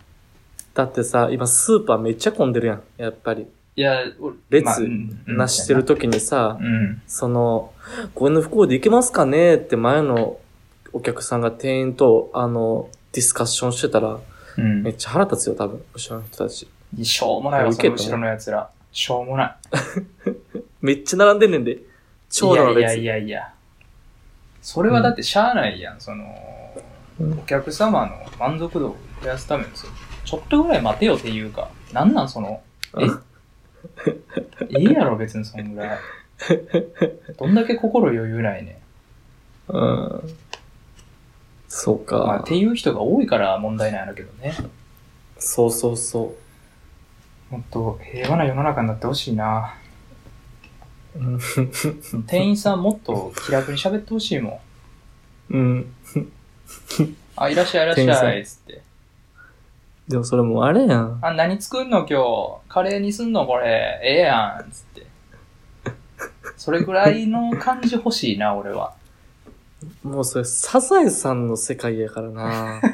Speaker 2: だってさ、今スーパーめっちゃ混んでるやん。やっぱり。
Speaker 1: いや、俺
Speaker 2: 列
Speaker 1: まあうん
Speaker 2: なしてる時にさ、
Speaker 1: うん。
Speaker 2: その、これの不幸でいけますかねって前のお客さんが店員と、あの、ディスカッションしてたら、
Speaker 1: うん
Speaker 2: めっちゃ腹立つよ、多分、後ろの人たち。
Speaker 1: しょうもないわ、
Speaker 2: 受
Speaker 1: そ
Speaker 2: け
Speaker 1: の
Speaker 2: た
Speaker 1: 後ろのやつら。しょうもない。
Speaker 2: めっちゃ並んでんねんで。長
Speaker 1: い
Speaker 2: 蛇の
Speaker 1: や
Speaker 2: 列。
Speaker 1: いやいやいや。それはだってしゃあないやん、その、
Speaker 2: うん
Speaker 1: お客様の満足度を増やすためにそうちょっとぐらい待てよっていうか、なんなんその、 いいやろ別にそんぐらい。どんだけ心余裕ないねん。
Speaker 2: うん。そうか。
Speaker 1: まあ、っていう人が多いから問題ないんだけどね。
Speaker 2: そうそうそ
Speaker 1: もっと平和な世の中になってほしいな。
Speaker 2: う。うん
Speaker 1: 店員さんもっと気楽に喋ってほしいもん。
Speaker 2: うん。
Speaker 1: あ、いらっしゃいいらっしゃいっつって。
Speaker 2: でもそれもうあれやん。
Speaker 1: あ、何作んの今日カレーにすんのこれ。ええやんっつって。それぐらいの感じ欲しいな、俺は。
Speaker 2: もうそれ、サザエさんの世界やから な。八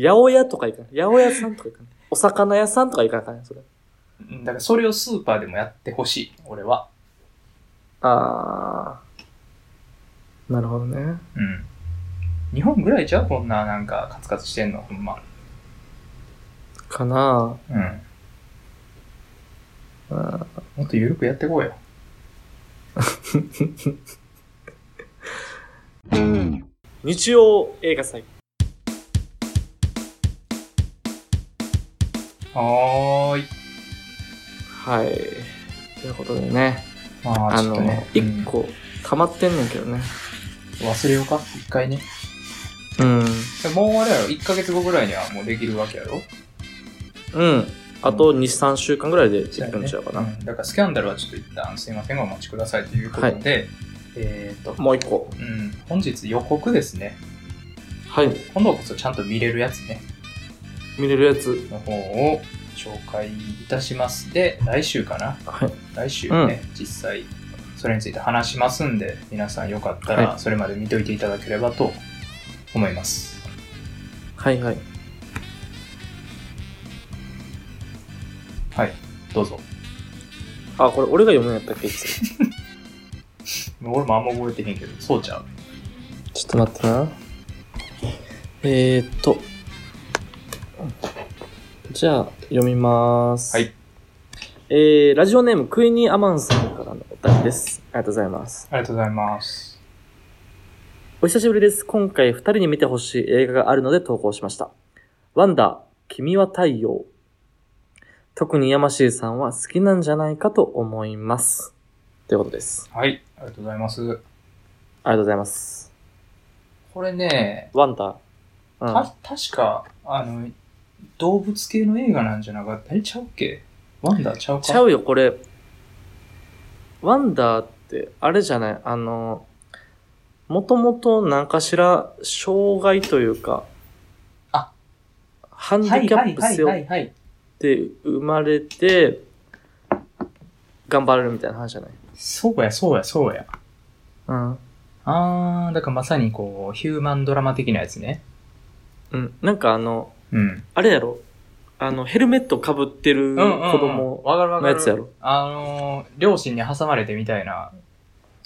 Speaker 2: 百屋とか行かない。八百屋さんとか行かない。お魚屋さんとか行かないからねそれ。
Speaker 1: うんだからそれをスーパーでもやってほしい、俺は。
Speaker 2: あー。なるほどね。
Speaker 1: うん。日本ぐらいちゃうこんななんかカツカツしてんの、ほんま。
Speaker 2: かな
Speaker 1: うん。
Speaker 2: あー
Speaker 1: もっと緩くやってこうよ。
Speaker 2: 日曜映画祭。
Speaker 1: はーい。
Speaker 2: はい。ということでね。
Speaker 1: まあ、
Speaker 2: あ
Speaker 1: ちょっ
Speaker 2: の
Speaker 1: とね、、
Speaker 2: 一、
Speaker 1: うん
Speaker 2: 個、溜まってんねんけどね。
Speaker 1: 忘れようか、一回ね。
Speaker 2: うん。
Speaker 1: もうあれやろ、1ヶ月後ぐらいにはもうできるわけやろ
Speaker 2: うん。あと2、3週間ぐらいでできるんちゃうかな。
Speaker 1: んだからスキャンダルはちょっと一旦すいませんがお待ちくださいということで、えっ、と、
Speaker 2: もう一個。
Speaker 1: うん、本日予告ですね。
Speaker 2: はい。
Speaker 1: 今度こそちゃんと見れるやつね、
Speaker 2: 見れるやつ。
Speaker 1: の方を紹介いたします。で、来週かな
Speaker 2: はい。
Speaker 1: 来週ね、実際それについて話しますんで、皆さんよかった
Speaker 2: は
Speaker 1: らそれまで見といていただければと思います。
Speaker 2: はいはい。
Speaker 1: はい、どうぞ。
Speaker 2: あ、これ俺が読むんやったっけいつも
Speaker 1: 俺もあんま覚えてへんけど、そうちゃう。
Speaker 2: ちょっと待ってな。えーっと。じゃあ、読みます。
Speaker 1: はい。
Speaker 2: えー、ラジオネーム、クイニー・アマンさんからのお便りです。ありがとうございます。
Speaker 1: ありがとうございます。
Speaker 2: お久しぶりです。今回二人に見てほしい映画があるので投稿しました。ワンダー、君は太陽。特に山椎さんは好きなんじゃないかと思います。ということです。
Speaker 1: はい、ありがとうございます。
Speaker 2: ありがとうございます。
Speaker 1: これね、
Speaker 2: ワンダー。うん。
Speaker 1: た確か、あの、動物系の映画なんじゃなかったえ、ちゃうっけワンダーちゃうか
Speaker 2: ちゃうよ、これ。ワンダーって、あれじゃないあの、もともと何かしら、障害というか、
Speaker 1: あ
Speaker 2: ハンデ
Speaker 1: は
Speaker 2: ィ
Speaker 1: い
Speaker 2: キャ
Speaker 1: はい
Speaker 2: ップ
Speaker 1: はい
Speaker 2: 背
Speaker 1: は
Speaker 2: 負っ
Speaker 1: いはい。
Speaker 2: て生まれて、頑張れるみたいな話じゃない
Speaker 1: そうや、そうや、そうや。
Speaker 2: うん。
Speaker 1: あー、だからまさにこう、ヒューマンドラマ的なやつね。
Speaker 2: うん。なんかあの、
Speaker 1: うん。
Speaker 2: あれやろあの、ヘルメット被ってる子供
Speaker 1: わかるわ
Speaker 2: の
Speaker 1: か
Speaker 2: や
Speaker 1: る。
Speaker 2: つやろ、
Speaker 1: あのー、両親に挟まれてみたいな。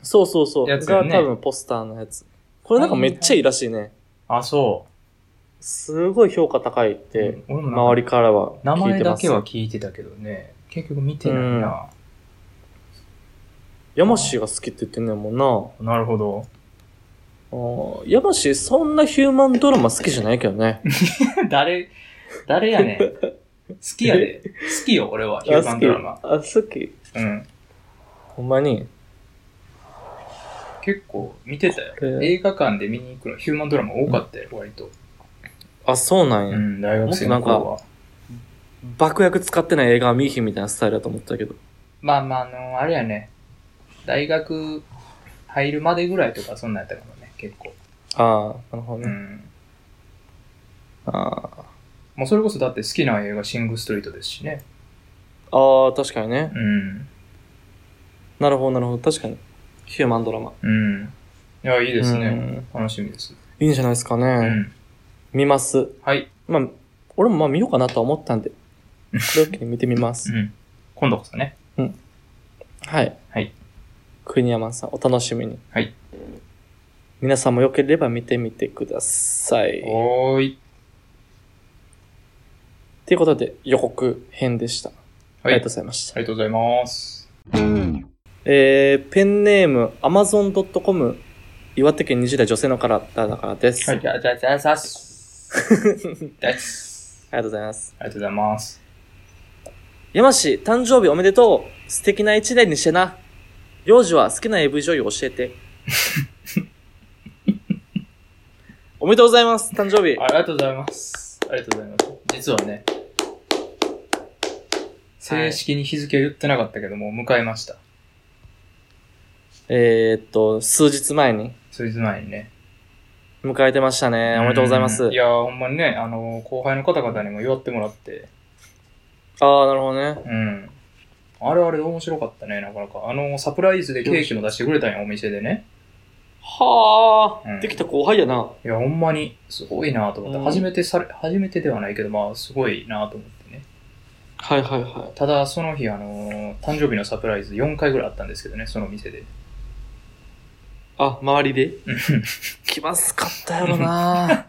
Speaker 2: そうそうそう。
Speaker 1: や
Speaker 2: が
Speaker 1: つや
Speaker 2: 多
Speaker 1: ね
Speaker 2: 分ポスターのやつ。これなんかめっちゃいいらしいね。
Speaker 1: あ、そ
Speaker 2: すごい評価高いっ
Speaker 1: う。
Speaker 2: て、
Speaker 1: 俺も
Speaker 2: 周
Speaker 1: なん
Speaker 2: り
Speaker 1: か
Speaker 2: からは
Speaker 1: 名
Speaker 2: 聞い
Speaker 1: 前
Speaker 2: て
Speaker 1: だ
Speaker 2: ます。
Speaker 1: けは聞いてたけどね。結局見てないな。
Speaker 2: ヤマシーが好きって言ってんねんもんな
Speaker 1: なるほど。
Speaker 2: あー。ヤマシーそんなヒューマンドラマ好きじゃないけどね。
Speaker 1: 誰、誰やねん。好きやで。好きよ、俺は、 ヒューマンドラマ
Speaker 2: あ。好き。あ、好き。
Speaker 1: うん。
Speaker 2: ほんまに。
Speaker 1: 結構見てたよ。
Speaker 2: これ
Speaker 1: 映画館で見に行くのヒューマンドラマ多かったよ、割と。
Speaker 2: あ、そうなん
Speaker 1: う
Speaker 2: や。
Speaker 1: ん、大学生の頃は。
Speaker 2: 爆薬使ってない映画は見いひんみたいなスタイルだと思ったけど。
Speaker 1: まあまあ、あの、あれやね。大学入るまでぐらいとか、そんなんやったかもね、結構。
Speaker 2: ああ、なるほど
Speaker 1: う
Speaker 2: ね。
Speaker 1: ん。
Speaker 2: あー
Speaker 1: もうそれこそだって好きな映画、シング・ストリートですしね。
Speaker 2: あー、確かにね。
Speaker 1: うん。
Speaker 2: なるほど、なるほど。確かに。ヒューマンドラマ。
Speaker 1: うん。いや、いいですね。
Speaker 2: ね。
Speaker 1: 楽しみです。
Speaker 2: いいんじゃないですかね。
Speaker 1: うん。
Speaker 2: 見ます。
Speaker 1: はい。
Speaker 2: まあ、俺もまあ見ようかなとは思ったんで。 これを機に見てみます
Speaker 1: う。ん。今度こそね。
Speaker 2: はい。
Speaker 1: はい。
Speaker 2: 国山さん、お楽しみに。
Speaker 1: はい。
Speaker 2: 皆さんもよければ見てみてください。
Speaker 1: おーい。
Speaker 2: ということで、予告編でした。ありがとうございました。
Speaker 1: ありがとうございます。
Speaker 2: えー、ペンネーム、amazon.com、岩手県20代女性の方だからです。
Speaker 1: はい、
Speaker 2: あ
Speaker 1: じゃあ、じゃあ、じゃあ、さす。です。
Speaker 2: りがとうございます。
Speaker 1: ありがとうございます。
Speaker 2: 山氏、誕生日おめでとう。素敵な一年にしてな。幼児は好きな AV 女優教え て。おめでとうございます、誕生日。
Speaker 1: ありがとうございます。ありがとうございます。実はね、正式に日付を言ってなかったけども、迎えました。
Speaker 2: えー、っと、数日前に
Speaker 1: 数日前にね。
Speaker 2: 迎えてましたね。おめでとうございます。
Speaker 1: んいやー、ほんまにね、あのー、後輩の方々にも祝ってもらって、
Speaker 2: ああ、なるほどね。
Speaker 1: うん。あれあれで面白かったね、なかなか。あのー、サプライズでケーキも出してくれたんや、お店でね。
Speaker 2: はあ、
Speaker 1: うん
Speaker 2: できた後輩やな。
Speaker 1: いや、ほんまに、すごいなと思って、
Speaker 2: うん
Speaker 1: 初めてされ、初めてではないけど、まあ、すごいなと思ってね。
Speaker 2: はいはいは
Speaker 1: ただ、その日、あのー誕生日のサプライズ4回ぐらいあったんですけどね、その店で。
Speaker 2: い。あ、周りで
Speaker 1: うん
Speaker 2: 気まずかったやろ な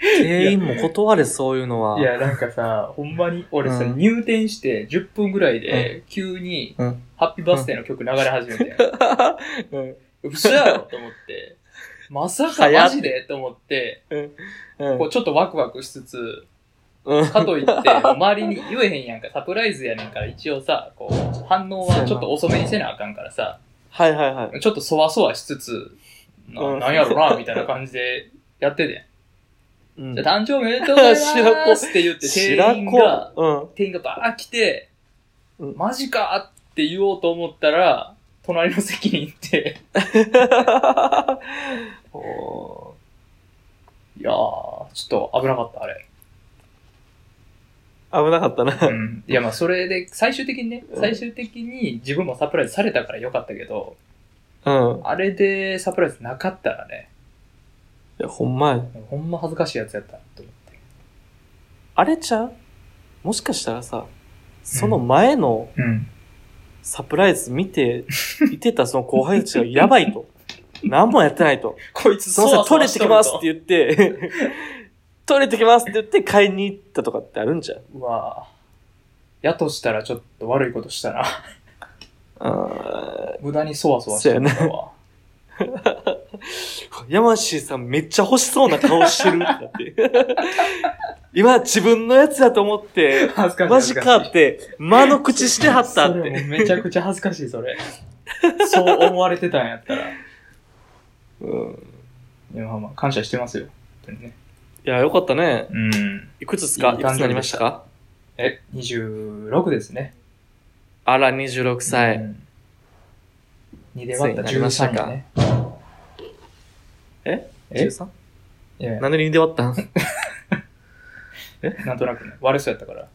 Speaker 2: 店員も断れ、そういうのは。
Speaker 1: いや、なんかさ、ほんまに、俺さ、
Speaker 2: うん
Speaker 1: 入店して10分ぐらいで、急に、
Speaker 2: うん。
Speaker 1: ハッピーバースデーの曲流れ始めて、
Speaker 2: うん。
Speaker 1: 嘘やろと思って、まさかマジでと思って、
Speaker 2: うん
Speaker 1: こうちょっとワクワクしつつ、
Speaker 2: うん。
Speaker 1: かと いって、周りに言えへんやんか、サプライズやねんから、一応さ、こう、反応はちょっと遅めにせなあかんからさ、
Speaker 2: はいはいはい。
Speaker 1: ちょっとそわそわしつつ、な
Speaker 2: うん
Speaker 1: なんやろな、みたいな感じでやってて。
Speaker 2: うん
Speaker 1: じゃあ誕生日おめでとうございますって言って、
Speaker 2: 白
Speaker 1: 店員が、
Speaker 2: 子。
Speaker 1: 店員がバー来て、
Speaker 2: うん
Speaker 1: マジかって言おうと思ったら、隣の席に行って、
Speaker 2: うん。お
Speaker 1: いやー、ちょっと危なかった、あれ。
Speaker 2: ー危なかったな。
Speaker 1: うん。いや、まあ、それで、最終的にね、最終的に自分もサプライズされたからよかったけど、
Speaker 2: うん。
Speaker 1: あれでサプライズなかったらね、
Speaker 2: いや、ほんまや。
Speaker 1: ほんま恥ずかしいやつやったなと思って。
Speaker 2: あれちゃうもしかしたらさ、その前の
Speaker 1: うん。
Speaker 2: サプライズ見て、 いてたその後輩たちがやばいと。何もやってないと。
Speaker 1: こいつ
Speaker 2: すみません、取れてきますって言って、 取れてきますって言って買いに行ったとかってあるんじゃん。
Speaker 1: うわぁ。やとしたらちょっと悪いことしたな。
Speaker 2: あ
Speaker 1: 無駄にそわそわしてたわ。
Speaker 2: ー 山氏さんめっちゃ欲しそうな顔してるとかって。 今自分のやつだと思って、
Speaker 1: 恥ずかしい。
Speaker 2: マジか
Speaker 1: 恥
Speaker 2: っ
Speaker 1: ずしい。
Speaker 2: て、間の口してはったっ
Speaker 1: それも
Speaker 2: て。
Speaker 1: うめちゃくちゃ恥ずかしい、それ。 そう思われてたんやったら。い
Speaker 2: うん
Speaker 1: や、まあまあ、感謝してますよ。本当にね。
Speaker 2: いや、よかったね。
Speaker 1: うん。
Speaker 2: いくつですか
Speaker 1: いい
Speaker 2: いくつになりましたか
Speaker 1: え、26ですね。
Speaker 2: あら、26歳。
Speaker 1: うん。2で割った
Speaker 2: ついになりました
Speaker 1: 13
Speaker 2: か
Speaker 1: やね。
Speaker 2: え
Speaker 1: え
Speaker 2: ?13?
Speaker 1: いやいや
Speaker 2: なんで2で割ったん
Speaker 1: なんとなくね。悪そうやったから。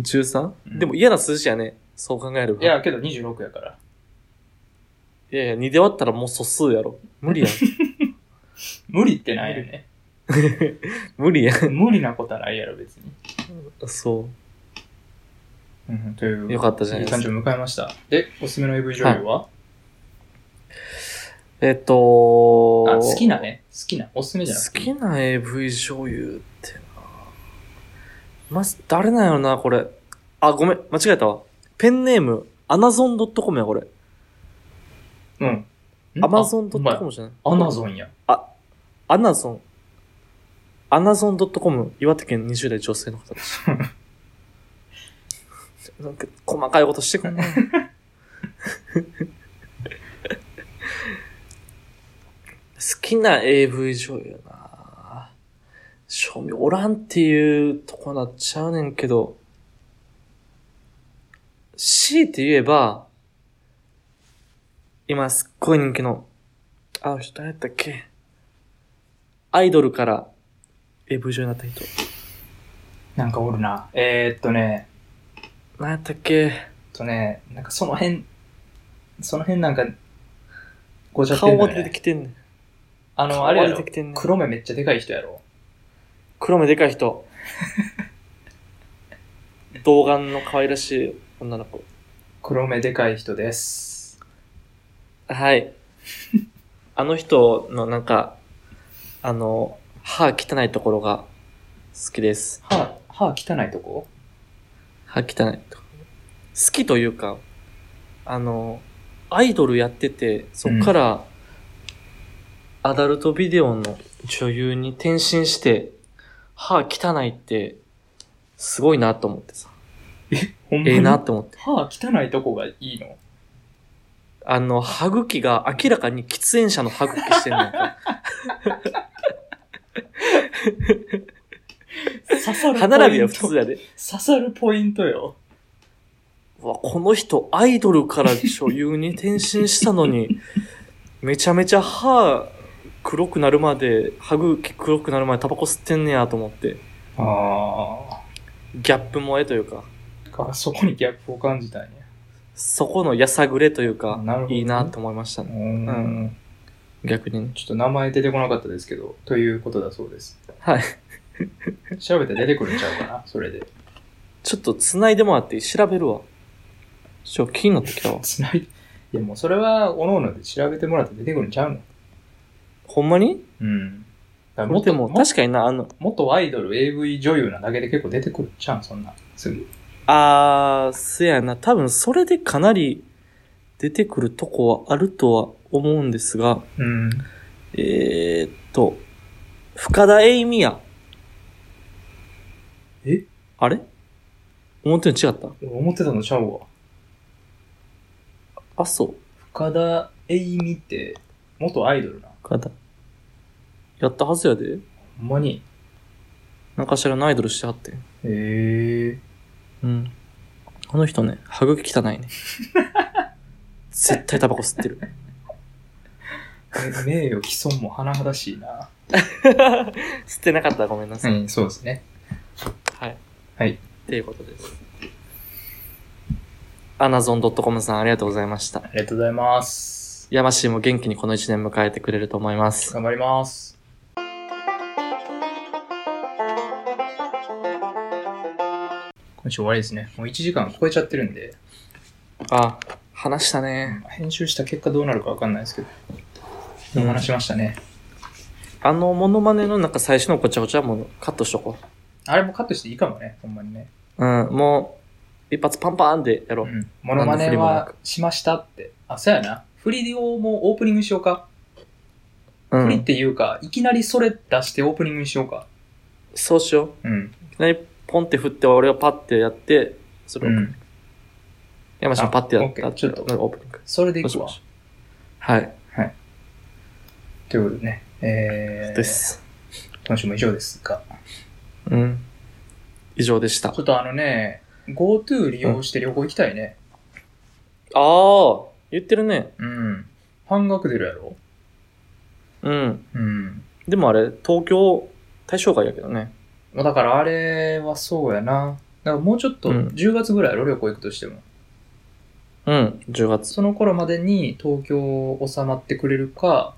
Speaker 2: ?13?
Speaker 1: うん
Speaker 2: でも嫌な数字やね。そう考えるば。
Speaker 1: いや、けど26やから。
Speaker 2: いやいや、2で割ったらもう素数やろ。無 理やん。
Speaker 1: 無理ってないよね。
Speaker 2: 無理や
Speaker 1: 無理なことはないやろ、別に。
Speaker 2: ん。そ
Speaker 1: うん、という。
Speaker 2: う。よかったじゃない
Speaker 1: いい
Speaker 2: です
Speaker 1: 誕
Speaker 2: か
Speaker 1: 生。日迎えました。で、おすすめの AV 女優は、
Speaker 2: えっとー
Speaker 1: あ、好きなね。好きな。おすすめじゃなく
Speaker 2: 好
Speaker 1: て。
Speaker 2: きな AV 女優ってなまず、誰なんやろな、これ。あ、ごめん。間違えたわ。ペンネーム、アナゾン .com や、これ。
Speaker 1: うん。
Speaker 2: アマゾン
Speaker 1: あほんまや
Speaker 2: .com じゃない
Speaker 1: アナゾンや。
Speaker 2: アナゾン。アナゾン .com、岩手県20代女性の方です。なんか、細かいことしてくんな。好きな AV 女優な賞味おらんっていうとこなっちゃうねんけど、強いて言えば、今すっごい人気の、あの人誰やったっけアイドルから AV 女優になった人。
Speaker 1: なんかおるな。えー、っとね、
Speaker 2: 何やったっけ
Speaker 1: えっとね、なんかその辺、その辺なんか、ごちゃって
Speaker 2: 顔
Speaker 1: んだ
Speaker 2: が出
Speaker 1: よ
Speaker 2: て
Speaker 1: ね。
Speaker 2: きてんねん。
Speaker 1: あの、
Speaker 2: 顔
Speaker 1: あれ
Speaker 2: が
Speaker 1: や
Speaker 2: 出
Speaker 1: ろ
Speaker 2: て。きてんねん。
Speaker 1: 黒目めっちゃでかい人やろ。
Speaker 2: 黒目でかい 人。童顔の可愛らしい女の子。
Speaker 1: 黒目でかい人です。
Speaker 2: はい。あの人のなんか、あの、歯汚いところが好きです。
Speaker 1: 歯、歯汚いとこ
Speaker 2: 歯汚いとこ。好きというか、あの、アイドルやってて、そっから、アダルトビデオの女優に転身して、歯汚いって、すごいなと思ってさ。
Speaker 1: ほんまに
Speaker 2: ええなって思って。
Speaker 1: 歯汚いとこがいいの
Speaker 2: あの、歯茎が明らかに喫煙者の歯茎してんのよ。
Speaker 1: 刺さる
Speaker 2: 歯並びは普通やで。
Speaker 1: 刺さるポイントよ。
Speaker 2: うわ、この人アイドルから女優に転身したの に、めちゃめちゃ歯黒くなるまで、歯茎黒くなるまでタバコ吸ってんねやと思って、
Speaker 1: あ
Speaker 2: ギャップ萌えというか、
Speaker 1: あ。そこにギャップを感じたんや。
Speaker 2: そこのやさぐれというか、
Speaker 1: なるほどね
Speaker 2: いいなと思いました
Speaker 1: う
Speaker 2: ね。
Speaker 1: ーん。
Speaker 2: 逆にね。
Speaker 1: ちょっと名前出てこなかったですけど、ということだそうです。
Speaker 2: はい。
Speaker 1: 調べたら出てくるんちゃうかな、それで。
Speaker 2: ちょっと繋いでもらって調べるわ。ちょ、気になってきたわ。
Speaker 1: つない。いや、もうそれは、おのおので調べてもらって出てくるんちゃうの
Speaker 2: ほんまに
Speaker 1: うん。だから
Speaker 2: もでも、
Speaker 1: も
Speaker 2: 確かにな、あの、
Speaker 1: 元アイドル、AV 女優なだけで結構出てくるんちゃうん、そんな。すぐ。
Speaker 2: あー、せやな。多分それでかなり出てくるとこはあるとは思うんですが、
Speaker 1: うん。
Speaker 2: えー、っと、深田栄美や。
Speaker 1: え
Speaker 2: あれ思ってんの違った
Speaker 1: 俺思ってたのちゃうわ。
Speaker 2: あ、そう。
Speaker 1: 深田栄美って、元アイドルな。
Speaker 2: 深田。やったはずやで。
Speaker 1: ほんまに。
Speaker 2: なんかしらのアイドルしてはって。
Speaker 1: へえ。
Speaker 2: うん。あの人ね、歯茎汚い ね。絶対タバコ吸ってる。
Speaker 1: 名誉毀損も甚だしいな。
Speaker 2: 吸ってなかったらごめんなさい。
Speaker 1: ん、そうですね。
Speaker 2: はい。
Speaker 1: はい。
Speaker 2: っていうことです。アナゾン .com さんありがとうございました。
Speaker 1: ありがとうございます。
Speaker 2: ヤマシーも元気にこの1年迎えてくれると思います。
Speaker 1: 頑張ります。今週終わりですね。もう1時間超えちゃってるんで、
Speaker 2: あ、話したね。
Speaker 1: 編集した結果どうなるかわかんないですけど、でも話しましたね。
Speaker 2: あの、モノマネのなんか最初のごちゃごちゃもカットしとこ
Speaker 1: あれもカットしていいかもね、ほんまにね。
Speaker 2: う。うん、もう、一発パンパンでやろ
Speaker 1: う
Speaker 2: う。
Speaker 1: ん。モノマネはしましたって。あ、そうやな。フリをもうオープニングしようか。
Speaker 2: うん。
Speaker 1: フリっていうか、いきなりそれ出してオープニングにしようか。
Speaker 2: そうしよ
Speaker 1: うん。
Speaker 2: う。いきなりポンって振って、俺がパッてやって、それ
Speaker 1: う
Speaker 2: を、
Speaker 1: ん。
Speaker 2: ヤマシーもパッてや
Speaker 1: あオッケ
Speaker 2: っ
Speaker 1: ー
Speaker 2: た。
Speaker 1: ちょっと
Speaker 2: なんかオープニング。
Speaker 1: それでい
Speaker 2: もし
Speaker 1: くわ
Speaker 2: も。しはい。
Speaker 1: ということでね。えー、
Speaker 2: です。
Speaker 1: 今週も以上ですが。
Speaker 2: うん。以上でした。
Speaker 1: ちょっとあのね、GoTo 利用して旅行行きたいね。
Speaker 2: ああ、言ってるね。
Speaker 1: うん。半額出るやろ
Speaker 2: うん。
Speaker 1: うん。
Speaker 2: でもあれ、東京対象外やけどね。
Speaker 1: まあだからあれはそうやな。だからもうちょっと、
Speaker 2: うん
Speaker 1: 10月ぐらいやろ、旅行行くとしても。
Speaker 2: うん、10月。
Speaker 1: その頃までに東京収まってくれるか、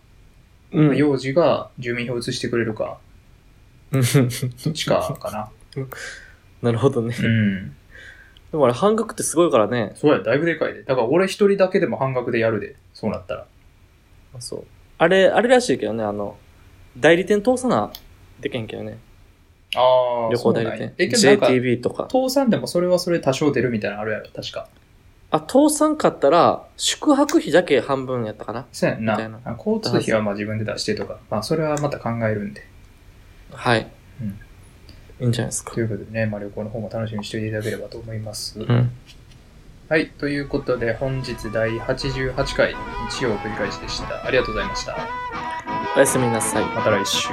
Speaker 2: うよ。
Speaker 1: 幼児が住民票移してくれるか、どっちかかな。
Speaker 2: なるほどね。
Speaker 1: うん。
Speaker 2: でもあれ、半額ってすごいからね。
Speaker 1: そうや、だいぶでかいで。だから俺一人だけでも半額でやるで。そうなったら。
Speaker 2: あそう。あれ、あれらしいけどね、あの、代理店通さな、でけんけどね。
Speaker 1: あ
Speaker 2: 旅行代理店。
Speaker 1: え、けどなんか、
Speaker 2: JTB とか。
Speaker 1: 倒産でもそれはそれ多少出るみたいなのあるやろ、確か。
Speaker 2: あ、通さんかったら、宿泊費だけ半分やったかな。
Speaker 1: そうやん
Speaker 2: みたい
Speaker 1: な
Speaker 2: な。
Speaker 1: あ交通費はまあ自分で出してとか、まあそれはまた考えるんで。
Speaker 2: はい。
Speaker 1: うん
Speaker 2: いいんじゃないですか
Speaker 1: と。いうことでね、まあ旅行の方も楽しみにしていただければと思います。
Speaker 2: うん。
Speaker 1: はい、ということで本日第88回日曜繰り返しでした。ありがとうございました。
Speaker 2: おやすみなさい。
Speaker 1: また来週。